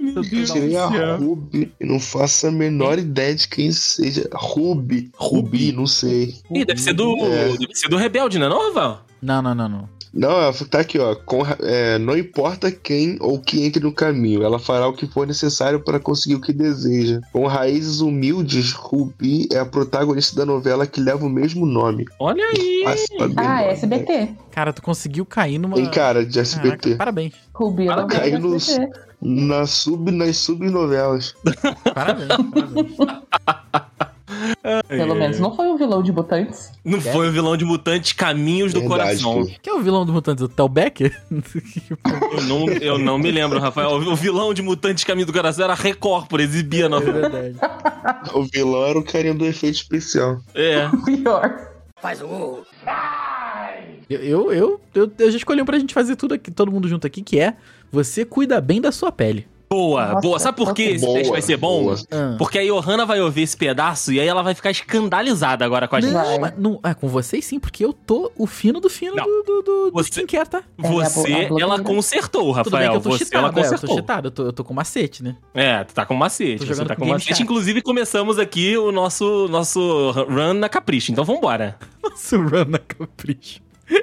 S2: Meu Deus
S5: Tirei a
S2: do céu.
S5: Ruby. Eu não faço a menor ideia de quem seja. Ruby. Ruby, não sei.
S3: Ih, deve ser do.
S5: É.
S3: Deve ser do Rebelde, né, não, Rafael?
S2: Não, não, não, não.
S5: Não, ela tá aqui, ó. com- é, não importa quem ou que entre no caminho, ela fará o que for necessário para conseguir o que deseja. Com raízes humildes, Rubi é a protagonista da novela que leva o mesmo nome.
S3: Olha aí.
S5: Fácil pra
S4: Ah,
S5: memória.
S4: SBT.
S2: Cara, tu conseguiu cair numa.
S5: Tem cara de
S2: Caraca,
S5: SBT.
S3: tá-
S2: parabéns.
S4: Rubi, eu não
S5: Caiu
S4: vejo
S5: nos-
S4: SBT.
S5: Na sub, nas subnovelas.
S2: Parabéns. parabéns.
S5: É.
S4: Pelo menos não foi um vilão de Mutantes.
S3: Não foi o vilão de Mutantes Caminhos do
S5: Verdade,
S3: Coração.
S5: pô.
S2: Quem é o vilão do Mutantes? O Tel Becker?
S3: Eu não, eu não me lembro, Rafael. O vilão de Mutantes Caminho do Coração era Recorpora,
S2: É.
S3: exibia na.
S2: verdade.
S5: O vilão era o carinha do efeito especial.
S3: É.
S4: Pior.
S2: Eu, eu, eu, eu, eu já escolhi um pra gente fazer tudo aqui, todo mundo junto aqui, que é você cuida bem da sua pele.
S3: Boa,
S4: Nossa,
S3: boa. Sabe por que esse
S5: Boa,
S3: teste vai ser bom?
S5: boa.
S2: Ah.
S3: Porque a Johanna vai ouvir esse pedaço e aí ela vai ficar escandalizada agora com a gente.
S2: Não,
S4: Vai.
S2: mas não, é com vocês sim, porque eu tô o fino do fino
S3: Não.
S2: do, do, do, do
S3: Você-
S2: skincare, tá?
S3: Você,
S4: É, a bo- a
S3: ela
S4: blogueira.
S3: consertou,
S2: Tudo bem que
S3: Rafael.
S2: eu tô
S3: Você, ela
S2: cheatado, é, eu tô
S3: consertou.
S2: cheatado, eu tô, eu tô com macete, né?
S3: É, tu tá com
S2: Tô
S3: macete. Você
S2: jogando
S3: tá
S2: com
S3: com
S2: Game
S3: macete.
S2: Shark.
S3: Inclusive, começamos aqui o nosso, nosso run na capricha. Então vambora.
S2: Nossa, o Rana Capricho.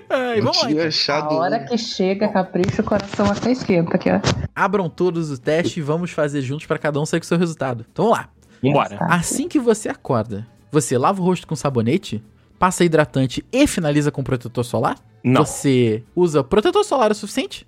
S2: Ai,
S5: Não
S2: vamos lá.
S5: tinha
S2: então.
S5: achado.
S4: A hora
S5: um.
S4: que chega, capricha, o coração até esquenta é aqui, ó.
S2: Abram todos os testes e vamos fazer juntos pra cada um sair com o seu resultado. Então vamos lá.
S3: Vambora.
S2: Assim que você acorda, você lava o rosto com sabonete, passa hidratante e finaliza com protetor solar?
S3: Não.
S2: Você usa protetor solar o suficiente?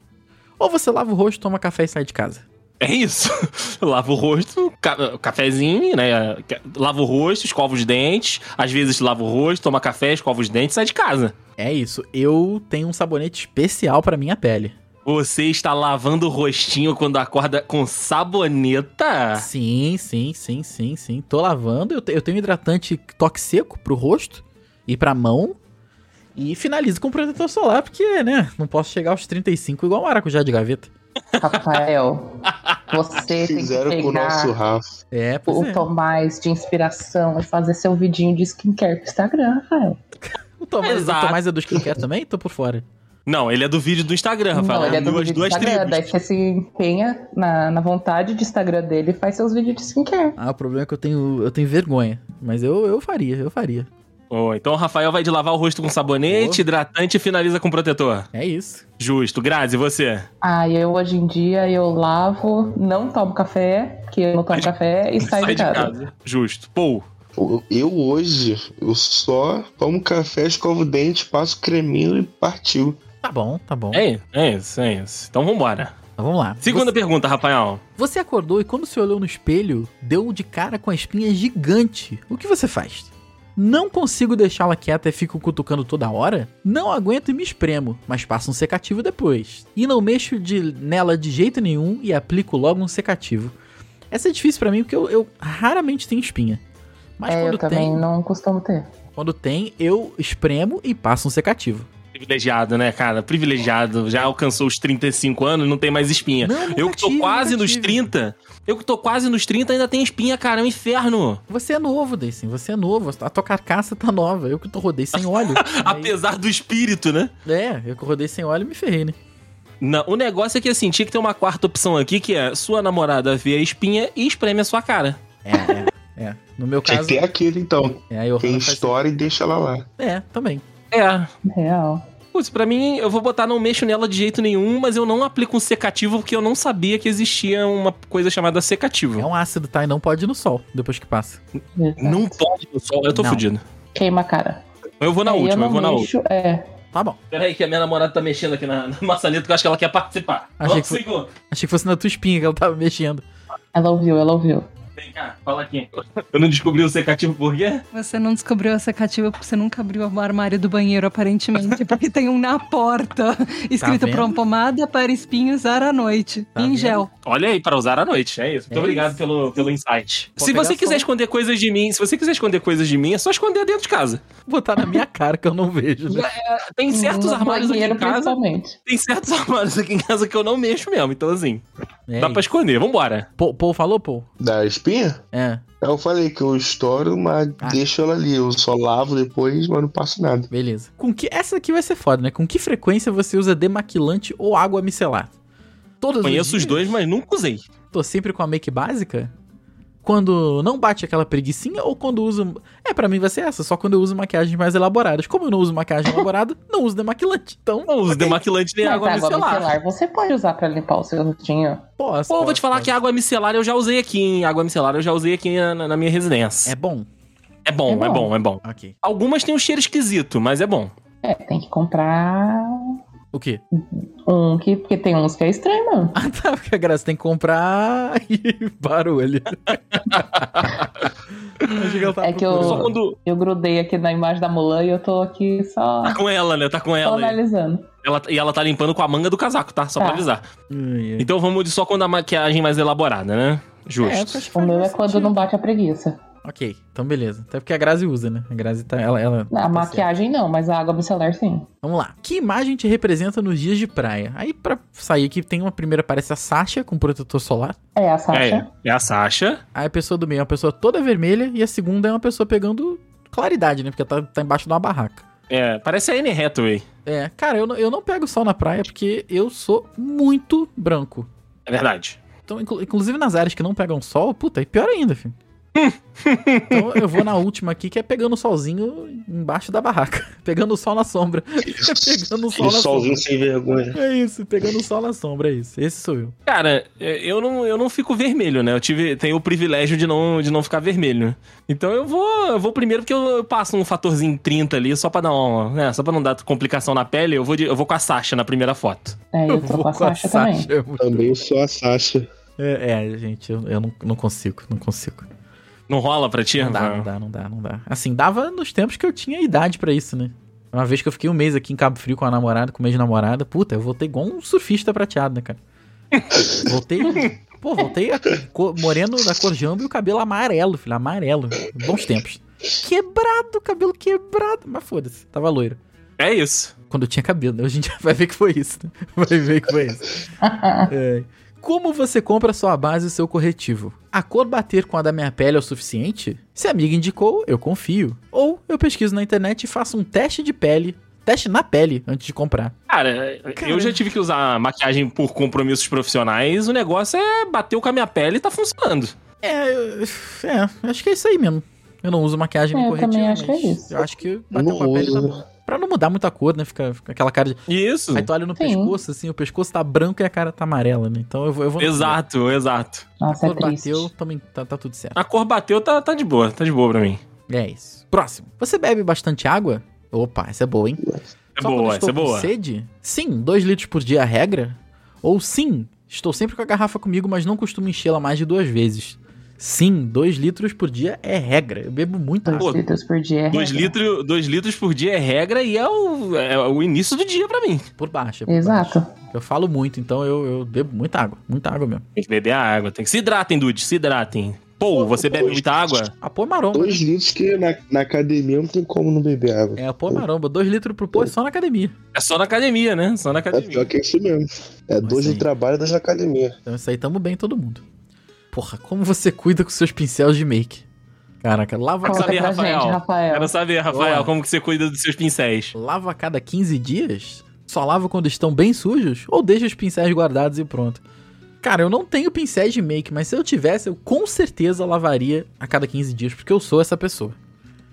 S2: Ou você lava o rosto, toma café e sai de casa?
S3: É isso. Lava o rosto, ca- cafezinho, né? Lava o rosto, escova os dentes. Às vezes lava o rosto, toma café, escova os dentes e sai de casa.
S2: É isso. Eu tenho um sabonete especial pra minha pele.
S3: Você está lavando o rostinho quando acorda com
S2: Ah.
S3: saboneta?
S2: Sim, sim, sim, sim, sim. Tô lavando. Eu, te- eu tenho hidratante toque seco pro rosto e pra mão. E finalizo com protetor solar, porque, né? Não posso chegar aos 35 igual um maracujá de gaveta.
S4: Tá, Rafael, você tem que
S5: Fizeram com o nosso
S4: pegar
S5: Rafa.
S2: É, pois
S4: o
S2: é.
S4: Tomás de inspiração e fazer seu vidinho de skincare pro Instagram, Rafael.
S2: O Tomás, o
S3: Exato.
S2: Tomás é do skincare também? Tô por fora.
S3: Não, ele é do vídeo do Instagram, Rafael.
S4: Não, ele é do
S3: duas,
S4: vídeo do
S3: duas
S4: Instagram,
S3: tribos.
S4: daí você se empenha na, na vontade de Instagram dele e faz seus vídeos de skincare.
S2: Ah, o problema é que eu tenho, eu tenho vergonha. Mas eu, eu faria, eu faria.
S3: Ô, então o Rafael vai de lavar o rosto com
S2: Ô.
S3: sabonete, hidratante e finaliza com protetor.
S2: É isso.
S3: Justo. Grazi, você?
S4: Ah, e eu hoje em dia eu lavo, não tomo café, que eu não tomo café, e saio de casa.
S3: Justo. Pô,
S5: Eu hoje, eu só tomo café, escovo o dente, passo creminho e partiu.
S2: Tá bom, tá bom.
S3: é, é isso, é isso. Então vambora.
S2: Mas vamos lá.
S3: Segunda
S2: Você,
S3: pergunta, Rafael.
S2: você acordou e quando se olhou no espelho, deu de cara com a espinha gigante. O que você faz? Não consigo deixá-la quieta e fico cutucando toda hora? Não aguento e me espremo, mas passo um secativo depois. E não mexo de- nela de jeito nenhum e aplico logo um secativo. Essa é difícil pra mim porque eu, eu raramente tenho espinha. Mas
S4: É, eu
S2: quando
S4: também
S2: tem,
S4: não costumo ter.
S2: quando tem, eu espremo e passo um secativo.
S3: Privilegiado, né, cara? Privilegiado. Já alcançou os 35 anos, não tem mais espinha.
S2: Não, nunca
S3: É, eu que tô
S2: tive,
S3: quase
S2: nunca
S3: nos
S2: tive.
S3: 30, eu que tô quase nos 30 ainda tem espinha, cara. É um inferno.
S2: Você é novo, Dayson. Você é novo. A tua carcaça tá nova. Eu que tô rodei sem óleo. É Aí-
S3: Apesar do espírito, né?
S2: é, eu que rodei sem óleo e me ferrei, né?
S3: Não, o negócio é que assim, tinha que ter uma quarta opção aqui, que é sua namorada vê a espinha e espreme a sua cara.
S2: É, é. é. No meu
S5: Tinha
S2: caso,
S5: que ter aquilo então.
S2: é, a Johanna
S5: Quem
S2: faz-
S5: estoura e deixa ela lá.
S2: É, também.
S3: É.
S4: Real.
S3: Putz, pra mim, eu vou botar não mexo nela de jeito nenhum, mas eu não aplico um secativo porque eu não sabia que existia uma coisa chamada
S2: É
S3: secativo.
S2: um ácido, tá? E não pode ir no sol depois que passa.
S3: Não pode no sol, eu tô
S2: Não.
S3: fudido.
S4: Queima a cara.
S3: Eu vou na
S4: Aí
S3: última, eu,
S4: não
S3: vou na última.
S4: mexo, É,
S2: Tá bom.
S3: Peraí, que a minha namorada tá mexendo aqui na, na maçaneta que eu acho que ela quer participar.
S2: Achei
S3: Vamos,
S2: que foi-
S3: Sigô.
S2: Achei que fosse na tua espinha que ela tava mexendo.
S4: ela ouviu, ela ouviu.
S3: Vem cá, fala aqui. Eu não descobri o secativo por quê?
S6: Você não descobriu essa cativa porque você nunca abriu o armário do banheiro, aparentemente, porque tem um na porta escrito
S2: Tá vendo?
S6: "Prom- pomada para espinhos usar à noite,
S2: Tá
S6: em
S2: vendo?
S6: gel.
S3: Olha aí, para usar à noite, é isso. Muito
S2: É
S3: obrigado
S2: isso.
S3: Pelo, pelo insight.
S2: Pode
S3: se
S2: pegar
S3: você quiser
S2: só.
S3: esconder coisas de mim, se você quiser esconder coisas de mim, é só esconder dentro de casa.
S2: Botar na minha cara que eu não vejo, né?
S4: Hum,
S3: Tem certos
S4: No
S3: armários aqui
S4: banheiro,
S3: em casa.
S4: principalmente.
S3: Tem certos armários aqui em casa que eu não mexo mesmo. Então, assim,
S2: É
S3: dá pra
S2: isso.
S3: esconder. Vambora.
S2: Paul, Paul falou, Paul?
S5: Da espinha?
S2: É,
S5: Eu falei que eu estouro, mas
S2: Ah.
S5: deixo ela ali. Eu só lavo depois, mas não passo nada.
S2: beleza. Com que... Essa aqui vai ser foda, né? Com que frequência você usa demaquilante ou água micelar? Todos
S3: Conheço os
S2: dias?
S3: dois, mas nunca usei.
S2: Tô sempre com a make básica? quando não bate aquela preguiçinha ou quando uso. É, pra mim vai ser essa, só quando eu uso maquiagens mais elaboradas. Como eu não uso maquiagem elaborada, não uso demaquilante. Então,
S3: Não uso demaquilante nem
S4: Mas
S3: água micelar.
S4: você pode usar pra limpar o seu rotinho.
S2: posso.
S3: Pô, vou
S2: posso,
S3: te falar
S2: posso.
S3: que água micelar eu já usei aqui, hein? Água micelar eu já usei aqui na, na minha residência.
S2: É bom.
S3: É bom,
S4: É
S3: é bom, é bom.
S2: Ok.
S3: Algumas têm um cheiro esquisito, mas é bom.
S4: É, tem que comprar
S2: O quê?
S4: um que. Porque tem uns que é estranho, mano.
S2: Ah, tá, porque a graça tem que comprar e barulho. Achei que ela tava
S4: É que eu-
S2: procurando.
S3: Só quando.
S4: Eu grudei aqui na imagem da Mulan e eu tô aqui só,
S3: Tá com ela, né? Tá com
S4: só
S3: ela. aí.
S4: analisando.
S3: Ela- e ela tá limpando com a manga do casaco, tá? Só pra
S4: Tá.
S3: avisar.
S2: Ai, ai.
S3: Então vamos de só quando a maquiagem mais elaborada, né? Justo.
S2: É, acho que
S4: O
S2: faz
S4: meu é
S2: mais
S4: quando
S2: sentido.
S4: não bate a preguiça.
S2: Ok, então beleza. Até porque a Grazi usa, né? A Grazi tá. Ela. ela
S4: A
S2: tá certa.
S4: maquiagem não, mas a água micelar sim.
S2: Vamos lá. Que imagem te representa nos dias de praia? Aí, pra sair aqui, tem uma primeira, parece a Sasha com protetor solar.
S4: É a Sasha.
S3: É, é a Sasha.
S2: Aí a pessoa do meio é uma pessoa toda vermelha. E a segunda é uma pessoa pegando claridade, né? Porque tá, tá embaixo de uma barraca.
S3: É, parece a Anne Hathaway.
S2: É, cara, eu, não- eu não pego sol na praia porque eu sou muito branco.
S3: É verdade.
S2: Então, inclu- inclusive nas áreas que não pegam sol, puta, é pior ainda, filho. Então eu vou na última aqui, que é pegando o solzinho embaixo da barraca. Pegando o sol na sombra. pegando o sol
S5: O
S2: na sombra.
S5: solzinho sem vergonha.
S2: É isso, pegando o sol na sombra, é isso. Esse sou eu.
S3: Cara, é, eu não, eu não fico vermelho, né? Eu tive, tenho o privilégio de não, de não ficar vermelho. Então eu vou, eu vou primeiro porque eu, eu passo um fatorzinho 30 ali só pra dar uma, né? Só para não dar complicação na pele, eu vou de- eu vou com a Sasha na primeira foto.
S4: É, eu tô com a Sasha também.
S2: Sasha, eu vou-
S5: Também sou a Sasha.
S2: É, é, gente, eu, eu não, não consigo, não consigo.
S3: Não rola pra ti?
S2: Não dá, não dá, não dá, não dá. Assim, dava nos tempos que eu tinha idade pra isso, né? Uma vez que eu fiquei um mês aqui em Cabo Frio com a namorada, com o ex-namorada, puta, eu voltei igual um surfista prateado, né, cara? Voltei. Pô, voltei a cor- moreno da cor jambo e o cabelo amarelo, filho, amarelo. Bons tempos. Quebrado, cabelo quebrado. Mas foda-se, tava loiro.
S3: É isso.
S2: Quando eu tinha cabelo, né? Hoje a gente vai ver que foi isso, né? Vai ver que foi isso. É. Como você compra sua base e seu corretivo? A cor bater com a da minha pele é o suficiente? Se a amiga indicou, eu confio. Ou eu pesquiso na internet e faço um teste de pele, teste na pele antes de comprar.
S3: Cara,
S2: Cara.
S3: eu já tive que usar maquiagem por compromissos profissionais. O negócio é bateu com a minha pele e tá funcionando.
S2: É, eu- é, acho que é isso aí mesmo. Eu não uso maquiagem
S4: É,
S2: no
S4: eu
S2: corretivo,
S4: também acho que é
S2: mas
S4: isso.
S2: eu acho que bater
S5: Não
S2: com a pele tá
S5: uso.
S2: bom. Pra não mudar muito a cor, né? Fica, fica aquela cara de...
S3: Isso.
S2: Aí tá tu olha no
S4: Sim.
S2: pescoço, assim, o pescoço tá branco e a cara tá amarela, né? Então eu vou... Eu vou
S3: Exato, exato.
S2: A
S4: Nossa, é
S2: cor
S4: triste.
S2: bateu, também tá- tá tudo certo.
S3: A cor bateu, tá, tá de boa, tá de boa pra mim.
S2: É isso. Próximo. Você bebe bastante água? Opa, essa é boa, hein?
S3: É
S2: Só quando
S3: boa,
S2: estou
S3: essa é
S2: com
S3: boa.
S2: sede? Sim, 2 litros por dia é a regra? Ou sim, estou sempre com a garrafa comigo, mas não costumo enchê-la mais de duas vezes. Sim, 2 litros por dia é regra. Eu bebo muita água.
S4: Dois
S3: Pô,
S4: litros por dia. é
S3: Dois
S4: regra.
S3: litros, dois litros por dia é regra e é o, é o início do dia pra mim.
S2: Por baixo. é por
S4: Exato.
S2: baixo. Eu falo muito, então eu, eu bebo muita água. Muita água mesmo.
S3: Tem que beber a água, tem que se hidratem, Dude, se hidratem. Pô, você bebe muita água?
S2: A pô é maromba.
S5: Dois litros que na, na academia não tem como não beber água.
S2: É, a pô é maromba. 2 litros pro pô é só na academia.
S3: É só na academia, né? Só na
S5: É pior
S3: academia.
S5: que isso mesmo. É
S2: Mas
S5: dois
S2: aí-
S5: no trabalho e dois na academia.
S2: Então isso aí tamo bem todo mundo. Porra, como você cuida com seus pincéis de make? Caraca, lava
S3: Quero
S4: Conta
S3: saber,
S4: pra
S3: Rafael.
S4: gente, Rafael.
S3: Quero saber, Rafael,
S2: Boa.
S3: como que você cuida dos seus pincéis.
S2: Lava a cada 15 dias? Só lava quando estão bem sujos? Ou deixa os pincéis guardados e pronto? Cara, eu não tenho pincéis de make, mas se eu tivesse, eu com certeza lavaria a cada 15 dias, porque eu sou essa pessoa.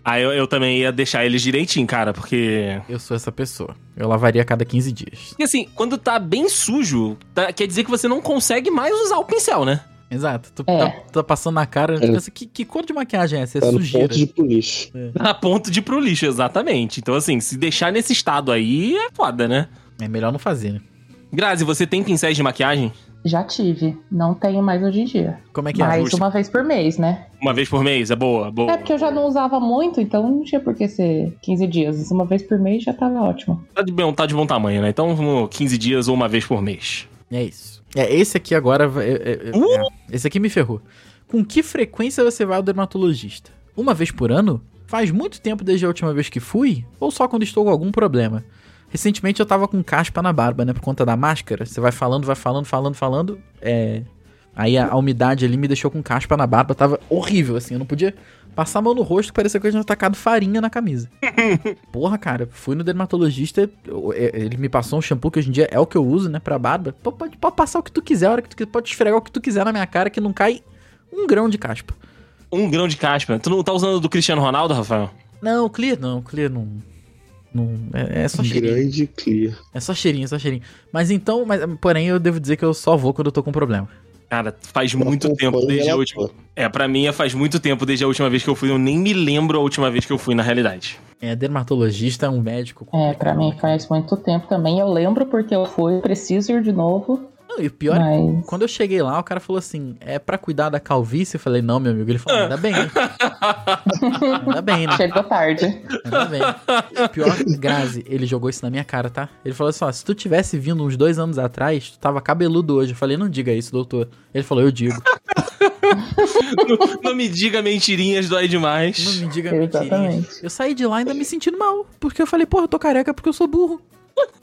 S3: Ah, eu, eu também ia deixar eles direitinho, cara, porque...
S2: Eu sou essa pessoa. Eu lavaria a cada 15 dias.
S3: Porque assim, quando tá bem sujo, tá- quer dizer que você não consegue mais usar o pincel, né?
S2: Exato. Tu
S4: É.
S2: tá, tá passando na cara, tu pensa, que, que cor de maquiagem é essa? É
S5: Tá no
S2: sujeira.
S5: ponto de pro lixo.
S3: A ponto de ir pro lixo, exatamente. Então assim, se deixar nesse estado aí, é foda, né?
S2: É melhor não fazer, né?
S3: Grazi, você tem pincéis de maquiagem?
S4: Já tive. Não tenho mais hoje em dia.
S2: Como é que é?
S4: Mas
S3: justo.
S4: uma vez por mês, né?
S3: Uma vez por mês? É boa, boa.
S4: É porque eu já não usava muito, então não tinha por que ser 15 dias. Uma vez por mês já tava ótimo.
S3: Tá de, bem, tá de bom tamanho, né? Então, vamos 15 dias ou uma vez por mês.
S2: É isso. É, esse aqui agora. vai- é- é- é-
S3: Uh!
S2: é. esse aqui me ferrou. Com que frequência você vai ao dermatologista? Uma vez por ano? Faz muito tempo desde a última vez que fui? Ou só quando estou com algum problema? Recentemente eu tava com caspa na barba, né? Por conta da máscara. Você vai falando, vai falando, falando, falando. É. Aí a, a umidade ali me deixou com caspa na barba. Tava horrível, assim. Eu não podia passar a mão no rosto, que parecia que eu tinha tacado farinha na camisa. Porra, cara, fui no dermatologista, eu- eu- ele me passou um shampoo que hoje em dia é o que eu uso, né, pra barba. Pô, Pode, pode passar o que tu quiser, a hora que tu quiser, pode esfregar o que tu quiser na minha cara que não cai um grão de caspa.
S3: Um grão de caspa. Tu não tá usando do Cristiano Ronaldo, Rafael?
S2: Não, o Clear não, o Clear não. não é, é só cheirinho.
S5: Grande clear.
S2: É só cheirinho, é só cheirinho. Mas então, mas, porém, eu devo dizer que eu só vou quando eu tô com problema.
S3: Cara, faz muito tempo
S5: Acompanha
S3: desde a
S5: ela,
S3: última.
S5: pô.
S3: É, pra mim é faz muito tempo desde a última vez que eu fui. Eu nem me lembro a última vez que eu fui, na realidade.
S2: É dermatologista, é um médico.
S4: É, pra mim faz muito tempo também. Eu lembro porque eu fui, preciso ir de novo,
S2: Não, e o pior é
S4: mas.
S2: que quando eu cheguei lá, o cara falou assim: é pra cuidar da calvície? Eu falei: não, meu amigo. Ele falou: ainda bem, né? Ainda bem, né?
S4: Chegou tarde.
S2: Ainda bem. Pior, Grazi, ele jogou isso na minha cara, tá? Ele falou assim: ó, se tu tivesse vindo uns dois anos atrás, tu tava cabeludo hoje. Eu falei: não diga isso, doutor. Ele falou: eu digo.
S3: não, não me diga mentirinhas, dói
S2: Não
S3: demais.
S2: me diga mentirinha.
S4: Exatamente.
S2: Eu saí de lá ainda me sentindo mal, porque eu falei: porra, eu tô careca porque eu sou burro.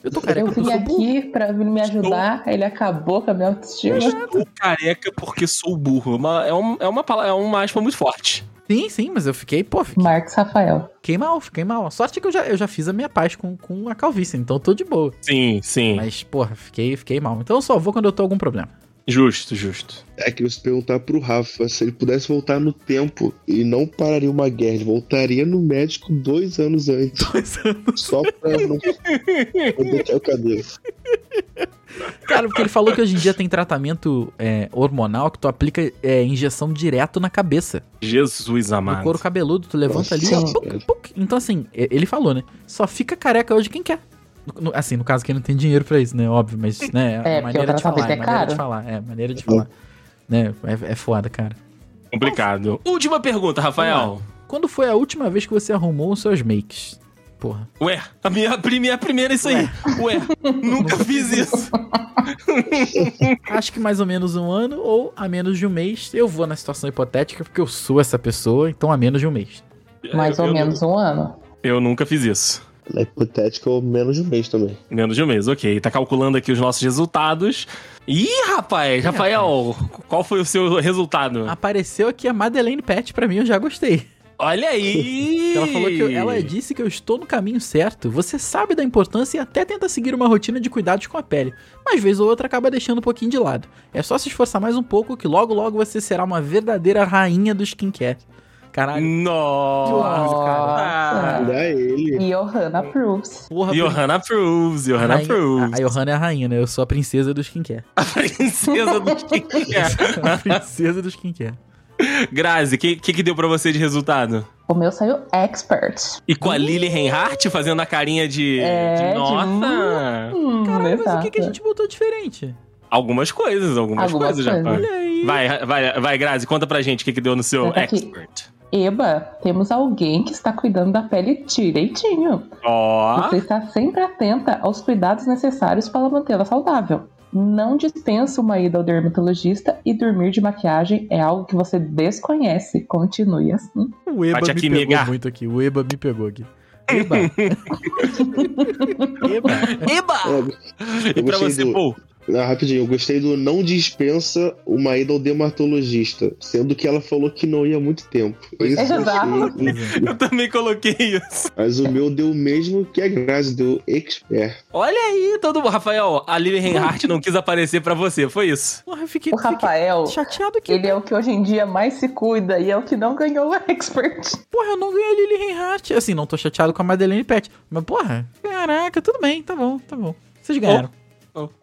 S2: Eu tô careca
S4: Eu
S2: porque eu
S4: vim
S2: sou burro.
S4: aqui pra vir me ajudar, ele acabou com a minha autoestima.
S3: Sou careca porque sou burro. Uma- é, um- é uma, pala- é uma aspa muito forte.
S2: Sim, sim, mas eu fiquei, pô, fiquei,
S4: Marcos Rafael.
S2: fiquei mal, fiquei mal. A sorte é que eu já, eu já fiz a minha paz com, com a calvície, então eu tô de boa.
S3: Sim, sim.
S2: Mas, porra, fiquei, fiquei mal. Então eu só vou quando eu tô com algum problema.
S3: Justo, justo.
S5: É que eu se perguntar pro Rafa se ele pudesse voltar no tempo e não pararia uma guerra, ele voltaria no médico dois anos antes, só pra não pra deixar o cabelo.
S2: Cara, porque ele falou que hoje em dia tem tratamento é, hormonal que tu aplica é, injeção direto na cabeça.
S3: Jesus
S2: No
S3: amado.
S2: couro cabeludo, tu levanta ali, ó,
S5: Nossa,
S2: puc,
S5: cara.
S2: puc. Então, assim, e- ele falou, né? Só fica careca hoje quem quer. No- no- assim, no caso, quem não tem dinheiro pra isso, né? Óbvio, mas, né?
S4: É,
S2: a maneira de
S4: porque o tratamento
S2: falar, a
S4: é
S2: maneira de
S4: caro.
S2: falar. É, a maneira de falar. Né? É, é foda, cara.
S3: Complicado. Última pergunta, Rafael.
S2: Quando foi a última vez que você arrumou os seus makes? Porra.
S3: Ué, a minha, a prime- a primeira é isso aí. Ué, nunca fiz isso.
S2: Acho que mais ou menos um ano ou a menos de um mês. Eu vou na situação hipotética porque eu sou essa pessoa, então a menos de um mês.
S4: Mais ou
S3: É, Eu- eu
S4: menos um ano.
S3: nu- Eu nunca fiz isso.
S5: Na é hipotética, ou menos de um mês também.
S3: Menos de um mês, ok. Tá calculando aqui os nossos resultados. Ih, rapaz, Rafael, qual foi o seu resultado?
S2: Apareceu aqui a Madeleine Pet pra mim, eu já gostei.
S3: Olha aí!
S2: Ela falou que eu- ela é disse que eu estou no caminho certo. Você sabe da importância e até tenta seguir uma rotina de cuidados com a pele, mas vez ou outra acaba deixando um pouquinho de lado. É só se esforçar mais um pouco que logo logo você será uma verdadeira rainha do skincare. Caralho,
S3: Nossa! Ah.
S4: Nossa.
S5: Olha ele.
S4: E Johanna Proofs.
S2: porra.
S3: Johanna Proves,
S2: a
S3: Johanna
S2: rainha- a,
S3: Proves.
S2: a Johanna é a rainha, né? Eu sou a princesa do skincare.
S3: A princesa do skincare.
S2: a princesa do skincare.
S3: Grazi, o que, que, que deu pra você de resultado?
S4: O meu saiu expert.
S3: E com a Lily Reinhardt fazendo a carinha de.
S4: É,
S3: de
S4: de-
S3: nossa!
S4: Hum,
S2: Caralho, mas o que,
S4: exato.
S2: que a gente botou diferente?
S3: Algumas coisas, algumas,
S4: Algumas
S3: coisas, já.
S4: coisas.
S3: Vai.
S2: Olha aí.
S3: Vai, vai, vai, Grazi, conta pra gente o que, que deu no seu
S4: Tá aqui.
S3: expert.
S4: Eba, temos alguém que está cuidando da pele direitinho.
S3: Ó.
S4: Você está sempre atenta aos cuidados necessários para mantê-la saudável. Não dispensa uma ida ao dermatologista e dormir de maquiagem é algo que você desconhece. Continue assim.
S2: O Eba
S3: Bate
S2: me
S3: aqui,
S2: pegou
S3: miga.
S2: muito aqui. O Eba me pegou aqui.
S4: É.
S2: Eba. Eba.
S3: Eba! E
S5: eu
S3: pra
S5: gostei
S3: você,
S5: do-
S3: Paul?
S5: Ah, rapidinho, eu gostei do não dispensa uma ida ao dermatologista, sendo que ela falou que não ia há muito tempo. Isso eu
S4: Exato.
S5: achei-
S3: Eu também coloquei isso.
S5: Mas o meu deu o mesmo que a Grazi, deu expert.
S3: Olha aí, todo mundo. Rafael, a Lily Reinhardt não quis aparecer pra você, foi isso?
S2: Porra, eu fiquei,
S4: O
S2: fiquei
S4: Rafael,
S2: chateado aqui.
S4: ele é o que hoje em dia mais se cuida e é o que não ganhou o expert.
S2: Porra, eu não ganhei a Lily Reinhardt. Assim, não tô chateado com a Madeleine Pet. Mas, porra, caraca, tudo bem, tá bom, tá bom. Vocês ganharam.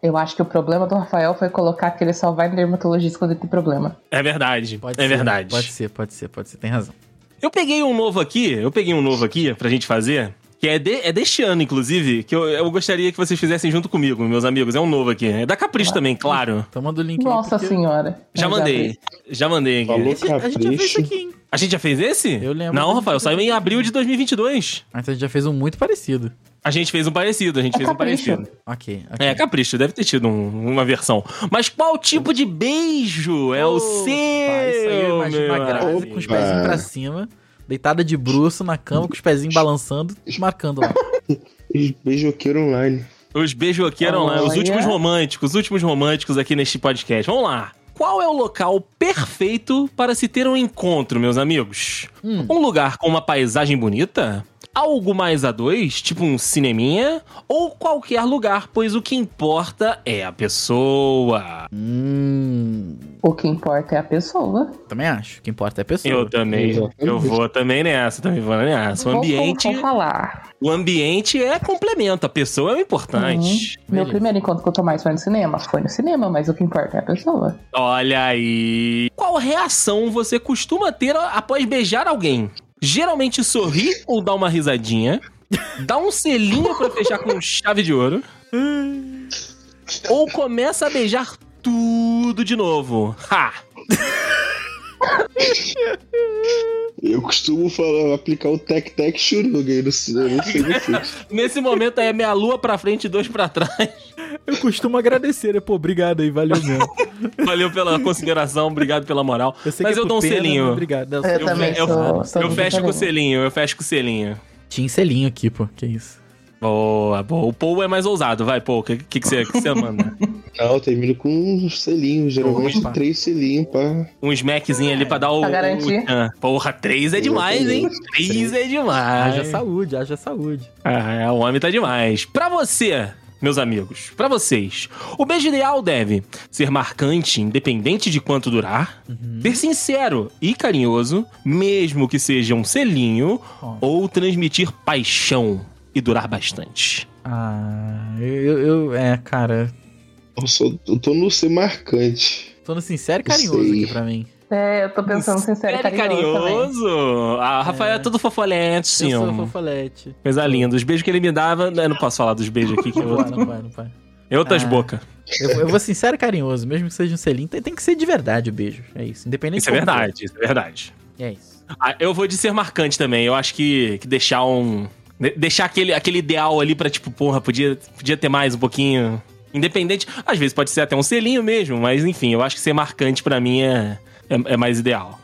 S4: Eu acho que o problema do Rafael foi colocar que ele só vai no dermatologista quando ele tem problema.
S3: É verdade.
S2: Pode
S3: é
S2: ser,
S3: verdade.
S2: Pode ser, pode ser, pode ser, tem razão.
S3: Eu peguei um novo aqui, eu peguei um novo aqui pra gente fazer. Que é, de- é deste ano, inclusive, que eu, eu gostaria que vocês fizessem junto comigo, meus amigos. É um novo aqui. É da Capricho também, claro.
S2: Então manda o link
S4: Nossa
S2: aí. porque-
S4: senhora.
S2: é
S3: Já
S4: Mas é,
S3: mandei. Já mandei aqui.
S5: Falou.
S2: A gente, a gente já fez isso aqui, hein?
S3: A gente já fez esse?
S2: Eu lembro.
S3: Não, Rafael, saiu em abril de 2022.
S2: Mas a gente já fez um muito parecido.
S3: A gente fez um parecido, a gente
S4: É
S3: fez
S4: Capricho.
S3: um parecido.
S2: Ok, ok.
S3: É, capricho, deve ter tido um- uma versão. Mas qual tipo de beijo é o seu?
S2: Pá, isso aí eu imagino uma É.
S3: meu
S2: Grazi
S3: amigo?
S2: com os pezinhos pra cima, deitada de bruxo na cama, com os pezinhos balançando, marcando lá.
S5: Beijoqueiro online.
S3: Os beijoqueiros lá, os
S4: Olha.
S3: últimos românticos, os últimos românticos aqui neste podcast. Vamos lá. Qual é o local perfeito para se ter um encontro, meus amigos?
S2: Hum.
S3: Um lugar com uma paisagem bonita? Algo mais a dois, tipo um cineminha? Ou qualquer lugar, pois o que importa é a pessoa.
S2: Hum.
S4: O que importa é a pessoa.
S2: Também acho. O que importa é a pessoa.
S3: Eu também.
S5: Exatamente.
S3: Eu vou também nessa, também vou nessa. O
S4: Vou-
S3: ambiente,
S4: Vou falar.
S3: o ambiente é complemento, a pessoa é o importante.
S4: Meu
S2: Beleza.
S4: primeiro encontro com o Tomás foi no cinema. Foi no cinema, mas o que importa é a pessoa.
S3: Olha aí. Qual reação você costuma ter após beijar alguém? Geralmente sorrir ou dar uma risadinha? Dá um selinho pra fechar com chave de ouro? Ou começa a beijar tudo de novo? Ha!
S5: Eu costumo falar, aplicar o tec-tec churuga aí no cinema, eu não sei no fute.
S3: Nesse momento aí é meia lua pra frente e dois pra trás.
S2: Eu costumo agradecer, né? Pô, obrigado aí, valeu mesmo.
S3: Valeu pela consideração, obrigado pela moral.
S2: sei
S3: Mas
S2: que é
S3: eu
S2: por
S3: dou um
S2: pena,
S3: selinho.
S2: mas Obrigado. Não,
S4: Eu,
S3: Eu
S4: também
S3: fe- eu-
S4: sou. sou
S3: Eu
S4: do
S3: fecho com o
S4: Flamengo.
S3: selinho, eu fecho com o selinho.
S2: Tinha um selinho aqui, pô. Que isso.
S3: Boa, boa. O Paul é mais ousado, vai, Paul. O que, que, que você que você manda?
S5: Não, eu termino com um selinho, geralmente
S2: Opa.
S5: três selinhos, pá.
S3: Um smackzinho ali pra dar o.
S4: Pra garantir.
S3: o tchan. Porra, três é demais, hein? Três é
S2: Haja
S3: demais.
S2: saúde, haja saúde.
S3: Ah, o homem tá demais. Pra você, meus amigos, pra vocês, o beijo ideal deve ser marcante, independente de quanto durar,
S2: Uhum.
S3: ser sincero e carinhoso, mesmo que seja um selinho,
S2: Ó.
S3: ou transmitir paixão e durar bastante.
S2: Ah, eu, eu, eu- É, cara.
S5: Eu, sou- eu tô no ser marcante.
S2: Tô no sincero e carinhoso
S5: Sei.
S2: aqui pra mim.
S4: É, eu tô pensando sincero,
S3: Sério,
S4: carinhoso, também.
S3: é carinhoso. Ah, o Rafael é, todo fofolete, sim.
S2: Eu sou fofolete.
S3: Coisa linda. Os beijos que ele me dava. né, Eu não posso falar dos beijos aqui, que
S2: Não vai,
S3: eu...
S2: não vai, não vai.
S3: é outras
S2: Ah.
S3: bocas.
S2: Eu, eu vou sincero e carinhoso, mesmo que seja um selinho. Tem, tem que ser de verdade o beijo. É isso. Independente
S3: Isso é
S2: de como for.
S3: verdade, isso é verdade.
S2: É isso.
S3: Ah, eu vou de ser marcante também. Eu acho que, que deixar um. de- Deixar aquele, aquele ideal ali pra, tipo, porra, podia, podia ter mais um pouquinho. Independente. Às vezes pode ser até um selinho mesmo, mas enfim, eu acho que ser marcante pra mim é, é, é mais ideal.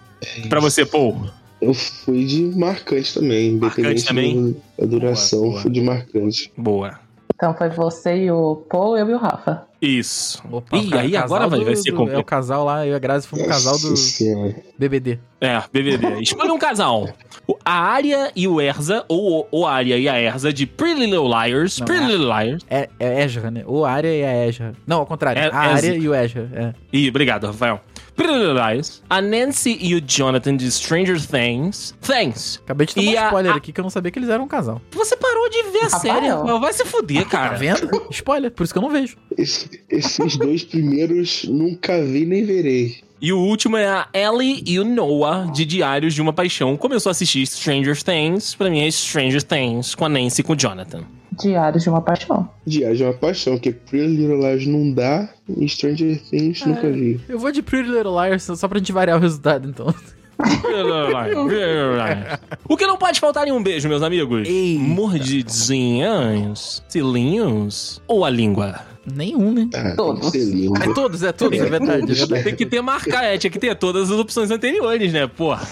S3: Pra você, Paul.
S5: Eu fui de marcante também,
S3: Marcante
S5: independente
S3: também?
S5: do- da duração,
S3: Boa, boa.
S5: fui de marcante.
S3: Boa.
S4: Então foi você e o Paul, eu e o Rafa.
S3: Isso.
S2: Opa,
S3: Ih,
S2: cara,
S3: aí
S2: o casal
S3: agora vai-
S2: do-
S3: vai ser
S2: do- É
S3: complicado.
S2: o casal lá, eu e a Grazi
S3: Um
S2: fomos o casal do
S5: Nossa Senhora.
S2: BBD.
S3: É, BBB. Escolha um casal. O- A Arya e o Erza, ou o- o Arya e a Erza de Pretty Little Liars.
S2: Não,
S3: Pretty
S2: é-
S3: Little Liars.
S2: É, é Ezra, né? O Arya e a Ezra. Não, ao contrário.
S3: É-
S2: a Arya
S3: Ezra.
S2: e o Ezra. É.
S3: Ih, obrigado, Rafael. Pretty Little Liars. A Nancy e o Jonathan de Stranger Things. Thanks.
S2: Acabei de tomar
S3: E
S2: um
S3: a-
S2: spoiler
S3: a-
S2: aqui que eu não sabia que eles eram um casal.
S3: Você parou de ver a
S4: Rafael.
S3: série, Rafael. Vai se fuder,
S2: Tá
S3: cara.
S2: vendo? spoiler, por isso que eu não vejo.
S5: Esse- esses dois primeiros nunca vi nem verei.
S3: E o último é a Ellie e o Noah, de Diários de uma Paixão. Começou a assistir Stranger Things. Pra mim é Stranger Things com a Nancy e com o Jonathan.
S4: Diários de uma Paixão.
S5: Diário é uma paixão, porque Pretty Little Lies não dá e Stranger Things
S3: Ah.
S5: nunca vi.
S2: Eu vou de Pretty Little Liars só pra gente variar o resultado, então.
S3: o que não pode faltar em um beijo, meus amigos?
S2: Eita.
S3: Mordidinhas, cilinhos ou a língua?
S2: Nenhum, né?
S5: Ah, tem
S4: Todos.
S5: que ser lindo.
S2: É todos, é todos, é verdade, é
S3: Tem que
S2: verdade.
S3: ter marcar, é, tinha que ter todas as opções anteriores, né? Porra.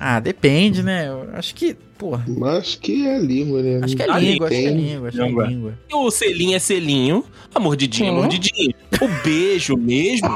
S2: Ah, depende, né? Eu acho que, porra.
S5: Mas que é língua, né?
S2: Acho que é
S3: Ah,
S2: língua, acho que é
S5: tem
S2: língua, acho que
S3: língua.
S2: é língua.
S3: O selinho é selinho, a mordidinha é
S4: Sim.
S3: mordidinha. O beijo mesmo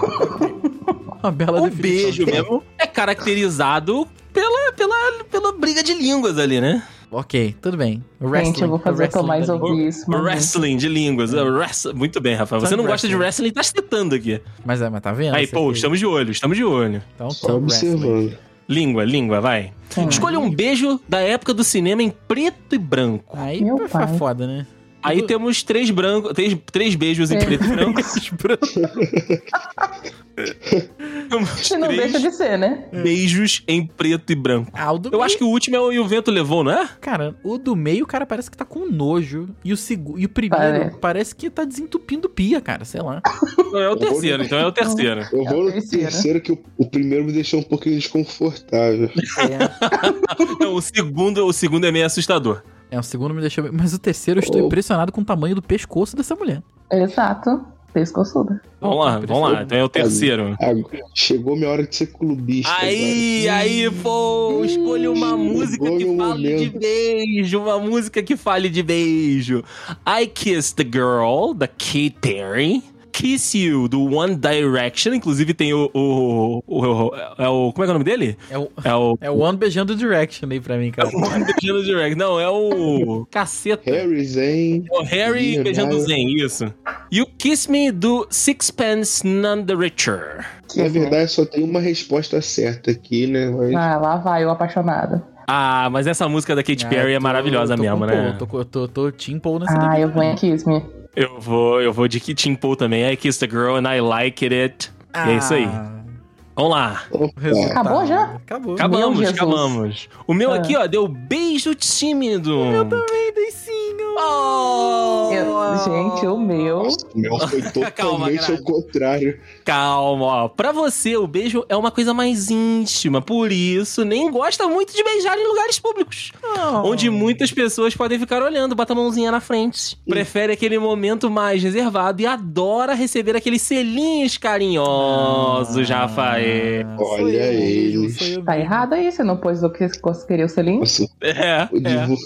S2: Uma bela
S3: O
S2: definição.
S3: Um beijo mesmo é caracterizado pela, pela, pela briga de línguas ali, né?
S2: Ok, tudo bem.
S4: Gente, eu vou fazer o
S2: wrestling tá
S4: Tomás
S2: da língua.
S4: ouvir isso. mano.
S3: Wrestling de línguas. é, wrest- Muito bem, Rafael. Você
S2: Só
S3: não
S2: de
S3: gosta de wrestling, tá citando aqui.
S2: Mas é, mas tá vendo?
S3: Aí,
S2: Você
S3: pô,
S2: que-
S3: estamos de olho, estamos de olho.
S2: Então,
S5: Só
S2: top wrestling.
S5: observando.
S3: Língua, língua, vai.
S4: Hum.
S3: Escolha um beijo da época do cinema em preto e branco.
S2: Aí
S4: Meu
S2: vai ficar
S4: pai.
S2: foda, né?
S3: Aí
S2: do-
S3: temos três brancos, três, três beijos em
S4: É.
S3: preto e branco. Temos
S4: Que não deixa
S3: três
S4: de ser, né?
S3: É. beijos em preto e branco.
S2: Ah, o do
S3: Eu
S2: meio,
S3: acho que o último é o E o Vento Levou, não é?
S2: Cara, o do meio, o cara parece que tá com nojo. E o, segu... e o primeiro
S4: Parece.
S2: parece que tá desentupindo pia, cara. Sei lá.
S3: Não, é o terceiro, então é o terceiro.
S5: Eu
S4: É o
S5: vou no
S4: terceiro.
S5: terceiro, que o, o primeiro me deixou um pouquinho desconfortável.
S2: É,
S3: Não, Então, o segundo, o segundo é meio assustador.
S2: é, o segundo me deixou... Mas o terceiro eu estou
S5: Oh.
S2: impressionado com o tamanho do pescoço dessa mulher.
S4: Exato. Pescoçuda.
S3: Vamos lá, vamos lá. Então é o terceiro.
S5: Agora- chegou minha hora de ser clubista.
S3: Aí, aí, pô, escolha uma música que
S5: Chegou meu
S3: fale de
S5: momento.
S3: beijo, uma música que fale de beijo. I Kissed the Girl, da Katy Perry. Kiss You, do One Direction. Inclusive tem o. o, o- o- é o como é que é o nome dele?
S2: É o,
S3: É o.
S2: é o One beijando o Direction aí pra mim, cara.
S3: One beijando o Direct. Não, é o.
S2: Caceta.
S5: Harry Zen.
S3: O Harry
S5: Leonardo.
S3: beijando o Zen, isso. E o Kiss Me do Sixpence None the Richer.
S4: Tá
S5: Na verdade, só tem uma resposta certa aqui, né? Mas...
S4: Ah, lá vai, o apaixonado.
S3: Ah, mas essa música da Katy
S2: Ah,
S3: Perry é
S2: eu tô-
S3: maravilhosa
S2: tô
S3: mesmo,
S2: com
S3: né?
S2: Paul, Tô, com- eu tô, tô Team Paul nessa
S4: Ah,
S2: daqui.
S4: eu vou em Kiss Me.
S3: Eu vou, eu vou de Kitchen Pool também. I Kiss the Girl and I Like It. It. E é isso aí.
S2: Ah.
S3: Vamos lá.
S5: Opa.
S2: Resultado.
S4: Acabou já?
S2: Acabou.
S3: Acabamos,
S4: Jesus.
S3: acabamos. O meu
S4: Ah.
S3: aqui, ó, deu beijo tímido. Oh!
S4: Eu- gente, o meu.
S5: Nossa, o meu foi totalmente
S3: Calma,
S5: ao
S3: Grazi.
S5: contrário.
S3: Calma, ó. Pra você, o beijo é uma coisa mais íntima. Por isso, nem gosta muito de beijar em lugares públicos.
S2: Ah.
S3: Onde muitas pessoas podem ficar olhando, bota a mãozinha na frente. Prefere aquele momento mais reservado e adora receber aqueles selinhos carinhosos, Rafael.
S5: Olha eles.
S4: Tá errado aí, você não pôs o que você queria o selinho?
S5: Nossa,
S3: É,
S5: o de,
S3: é.
S5: vo-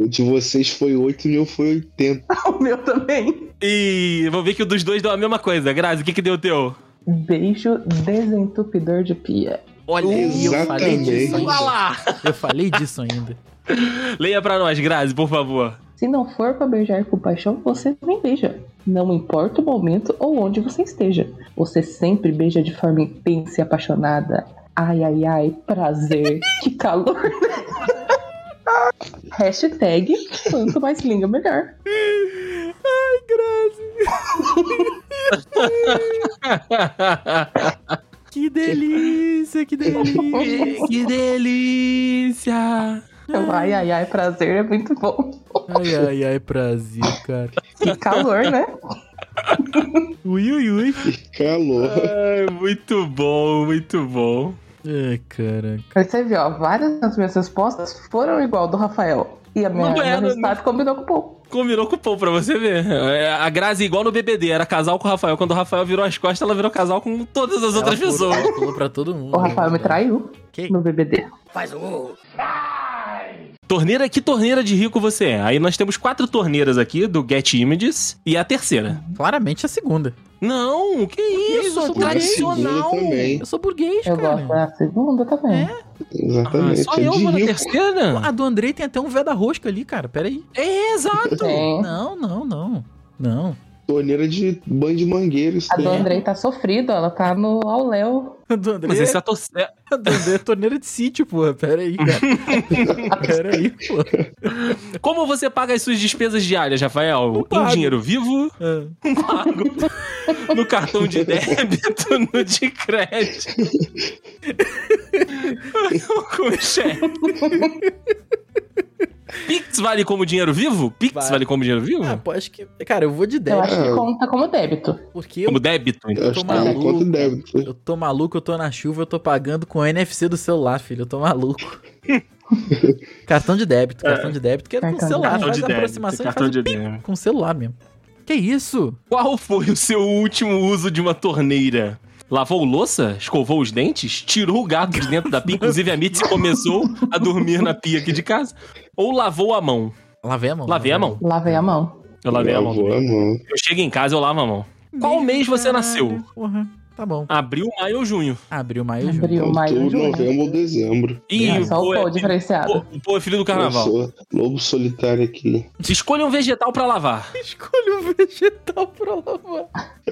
S5: o de vocês foi 8 e o meu foi 80.
S4: o meu também.
S3: E vou ver que o dos dois deu a mesma coisa. Grazi, o que que deu o teu?
S4: Beijo desentupidor de pia.
S2: Olha aí, eu falei disso
S5: Exatamente.
S3: Vai
S2: ainda.
S3: lá!
S2: Eu falei disso ainda.
S3: Leia pra nós, Grazi, por favor.
S4: Se não for pra beijar com paixão, você me beija. Não importa o momento ou onde você esteja. Você sempre beija de forma intensa e apaixonada. Ai, ai, ai, prazer. que calor. Hashtag quanto mais linda, melhor.
S2: Que delícia, que delícia.
S3: que delícia!
S4: Eu, Então, Ai, ai, ai, prazer é muito bom.
S2: Ai, ai, ai, prazer, cara.
S4: Que calor, né?
S2: Ui, ui, ui.
S5: Calor.
S2: Ah.
S3: Ai, É muito bom, muito bom.
S2: Ai, caraca.
S4: Percebe, ó, várias das minhas respostas foram igual do Rafael. E a minha
S3: Não
S4: meu
S3: era,
S4: resultado combinou com o Paul.
S3: Combinou com o Paul pra você ver. É, A Grazi, igual no BBD, era casal com o Rafael. Quando o Rafael virou as costas, ela virou casal com todas as outras
S2: Ela pulou-
S3: pessoas.
S2: ela Pulou pra todo mundo.
S4: O Rafael me traiu
S2: Que?
S4: no BBD.
S3: Torneira, que torneira de rico você é? Aí nós temos quatro torneiras aqui do Get Images e a terceira.
S2: Claramente a segunda.
S3: Não, que é isso?
S2: eu sou
S5: Foi a segunda
S3: tradicional.
S5: também.
S2: Eu sou burguês,
S4: Eu
S2: cara.
S4: gosto é. da segunda também.
S2: É,
S3: Ah,
S5: Exatamente.
S3: só
S5: é
S3: eu
S5: de
S3: vou na
S5: rico.
S3: terceira?
S2: A do Andrei tem até um veda rosca ali, cara. Pera aí.
S3: É,
S2: então.
S3: exato.
S4: Tem.
S2: Não, não, não. Não.
S5: Torneira de banho de mangueira. Isso
S4: A do
S5: daí.
S4: Andrei tá sofrida, ela tá no ao Léo.
S2: A do Andrei,
S3: Mas essa é a torcida.
S2: a do Andrei é torneira de sítio, porra. Pera aí, cara. Pera aí, porra.
S3: Como você paga as suas despesas diárias, Rafael? Em
S2: pago.
S3: dinheiro vivo?
S2: Ah.
S3: Pago. no cartão de débito, no de crédito. Com cheque. Pix vale como dinheiro vivo? Pix
S2: Vale.
S3: vale como dinheiro vivo?
S2: Ah, pô, acho que. Cara, eu vou de
S4: Eu acho
S2: débito.
S4: que
S5: É.
S4: conta como débito.
S2: Porque
S3: Como
S2: eu,
S3: débito? então.
S5: Eu acho que tá na
S2: maluco.
S5: conta débito.
S2: eu tô maluco, eu tô na chuva, eu tô pagando com o NFC do celular, filho. Eu tô maluco. cartão de débito, cartão de débito, que é com o
S4: Cartão de
S2: celular.
S4: débito.
S2: Faz
S3: de
S2: a aproximação e
S3: um cartão
S2: faz
S3: de débito.
S2: com o celular mesmo. Que isso?
S3: Qual foi o seu último uso de uma torneira? Lavou louça? Escovou os dentes? Tirou o gato de dentro da pia? Inclusive a Mitzi começou a dormir na pia aqui de casa. Ou lavou a mão?
S2: Lavei a mão.
S3: Lavei a mão.
S4: Lavei a mão.
S3: Eu lavei a mão.
S5: Lavou a mão.
S3: Eu chego em casa, eu lavo a mão. Qual mês você nasceu?
S2: Porra. Tá bom.
S3: Abril, maio ou junho?
S2: Abriu maio e junho.
S4: Abriu maio e
S5: Outubro,
S4: junho.
S5: novembro ou dezembro.
S3: Ih,
S4: É, só o
S3: pô, é
S4: Paul
S3: filho-
S4: diferenciado.
S3: pô, pô, é filho do
S5: Eu
S3: carnaval.
S5: sou lobo solitário aqui.
S3: Escolha um vegetal pra lavar.
S2: Escolha um vegetal pra lavar.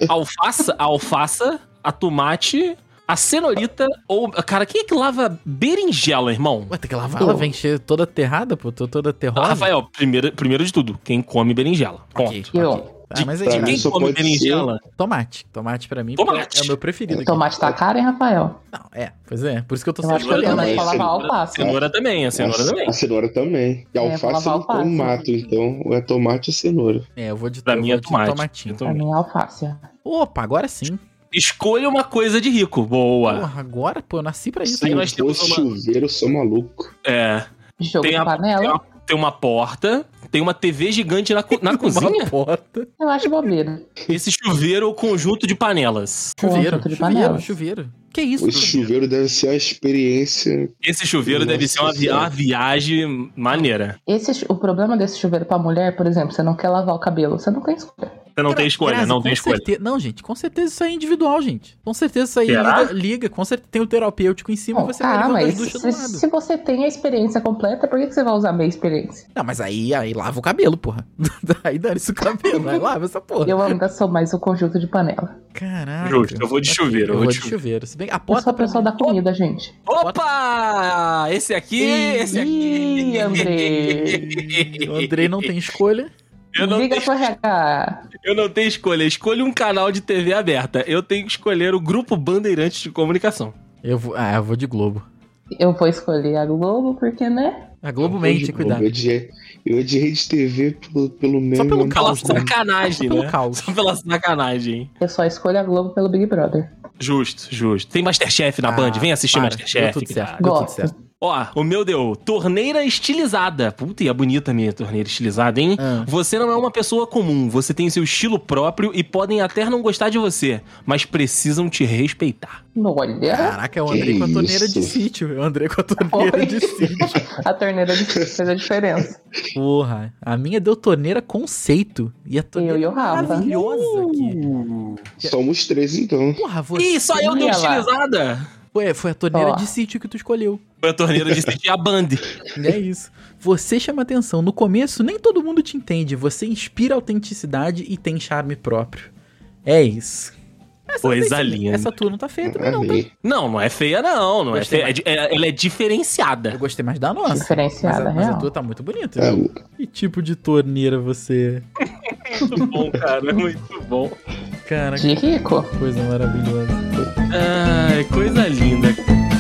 S3: Alfaça, a alfaça, a tomate, a cenourita ou... Cara, quem é que lava berinjela, irmão?
S2: Ué, tem que lavar. Ela vem cheia toda aterrada, pô. Tô toda
S3: Ah,
S2: terrosa.
S3: Rafael, primeiro, primeiro de tudo, quem come berinjela?
S2: Ok,
S3: Ponto.
S2: ok.
S4: Eu.
S2: Ah, mas aí,
S5: Pra
S2: cara,
S5: mim,
S3: Quem
S5: só
S3: come
S5: pode
S3: berinjela?
S2: tomate. Tomate pra mim
S3: Tomate.
S2: é o meu preferido. Aqui.
S4: Tomate tá caro, hein, Rafael?
S2: Não, é, pois é. Por isso que eu tô
S4: Eu
S2: sempre
S4: acho que eu
S2: escolhendo.
S4: lembro aí
S5: mas
S4: pra lavar
S5: cenoura-
S4: alface.
S3: Cenoura também, a cenoura
S5: a,
S3: também.
S5: A cenoura também. E
S4: É, vou
S5: alface
S4: lavar
S5: não tem
S4: alface.
S5: mato, então. Ou é tomate e cenoura.
S2: É, eu vou de,
S3: Pra
S2: eu
S3: mim
S2: vou
S3: é
S2: de
S3: tomate.
S2: tomatinho.
S3: Então,
S4: Pra mim é alface.
S2: Opa, agora sim.
S3: Escolha uma coisa de rico. Boa.
S2: Porra, agora, pô, eu nasci pra isso.
S5: Se
S3: aí
S5: não
S3: nós temos
S5: fosse
S3: uma-
S5: chuveiro, eu sou maluco.
S3: É.
S4: Jogo
S3: Tem
S4: de
S3: a- tem
S4: panela,
S3: uma, tem uma porta, tem uma TV gigante na, co- na
S2: Uma
S3: cozinha.
S2: porta.
S4: eu acho bobeira.
S3: Esse chuveiro é o conjunto de panelas.
S2: Chuveiro,
S4: Conjunto de
S2: chuveiro,
S4: panelas.
S2: chuveiro. Que isso?
S5: O chuveiro deve ser a experiência.
S3: Esse chuveiro deve ser uma, vi-
S5: Nossa
S3: uma viagem maneira.
S4: Esse, chu- o problema desse chuveiro pra mulher, por exemplo, você não quer lavar o cabelo, você não tem escolha.
S3: Você não tem escolha,
S2: Grazi, é
S3: não
S2: com
S3: tem escolha.
S2: certeza- Não, gente, com certeza isso aí é individual, gente. Com certeza isso aí
S3: Será?
S2: liga, liga, com certeza tem o terapêutico em cima e você vai
S4: ah,
S2: levando as
S4: mas
S2: duchas do
S4: se,
S2: lado.
S4: se você tem a experiência completa, por que que você vai usar a minha experiência?
S2: Não, mas aí, aí lava o cabelo, porra. aí dane-se o cabelo, aí lava essa porra.
S4: Eu ainda sou mais o conjunto de panela.
S2: Caraca.
S3: Justo, eu vou de
S2: Ok,
S3: chuveiro,
S2: Eu vou de
S3: chuveiro.
S2: chuveiro. Se bem que tá
S4: Eu sou
S2: aposta
S4: a pessoa da comida, gente.
S3: Opa! Esse aqui, esse aqui.
S4: Ih, Andrei.
S2: O Andrei não tem escolha.
S3: Eu não,
S4: Liga
S3: tenho,
S4: pro RH.
S3: eu não tenho escolha. Escolha um canal de TV aberta. Eu tenho que escolher o Grupo Bandeirantes de Comunicação.
S2: Eu vou, ah, eu vou de Globo.
S4: Eu vou escolher a Globo, porque, né?
S2: A Globo mente, cuidado.
S5: Eu odiei, eu odiei de TV pelo, pelo meme.
S2: pelo
S5: ano
S3: Pela
S2: caos,
S5: passado.
S2: né?
S3: sacanagem,
S2: Pelo
S3: né?
S2: caos.
S3: Só pela sacanagem.
S4: Eu só escolho a Globo pelo Big Brother.
S3: Justo, justo. Tem Masterchef na Band, vem assistir
S2: Ah, para,
S3: Masterchef.
S2: Deu tudo
S3: cara.
S2: certo, deu tudo
S4: Gosto.
S2: certo.
S3: Ó, o meu deu torneira estilizada. Puta, e é bonita a minha torneira estilizada, hein?
S2: Ah.
S3: Você não é uma pessoa comum, você tem seu estilo próprio e podem até não gostar de você, mas precisam te respeitar. Ah.
S4: Olha,
S2: Caraca, é o Andrei com a
S5: Que
S2: torneira de
S5: isso?
S2: sítio. É o Andrei com a torneira
S4: Oi.
S2: de sítio.
S4: a torneira de fez a diferença.
S2: Porra, a minha deu torneira conceito. E a torneira
S4: Eu e o Rafa.
S2: maravilhosa aqui.
S5: Somos três, então.
S2: Porra, você. é
S3: Ih, só eu dei
S4: Olha lá.
S3: estilizada!
S2: Foi, foi a torneira
S4: Ó.
S2: de sítio que tu escolheu.
S3: Foi a torneira de sentir a Band.
S2: É isso. Você chama atenção. No começo, nem todo mundo te entende. Você inspira autenticidade e tem charme próprio. É isso. Essa
S3: Coisa
S2: não tem-
S3: linda.
S2: Essa tua não tá feia também, não, tá?
S5: Amei.
S3: Então, Não, não é feia, não. não é
S2: Gostei
S3: feia. É di- é- ela é diferenciada.
S2: Eu gostei mais da nossa. Mas
S4: Diferenciada,
S2: a, mas a
S4: real.
S2: tua tá muito bonita.
S5: É,
S2: viu?
S5: o-
S2: Que tipo de torneira você
S3: Muito bom, cara. Muito bom.
S2: é? Cara,
S4: De rico?
S2: que coisa maravilhosa.
S3: Ai, coisa linda.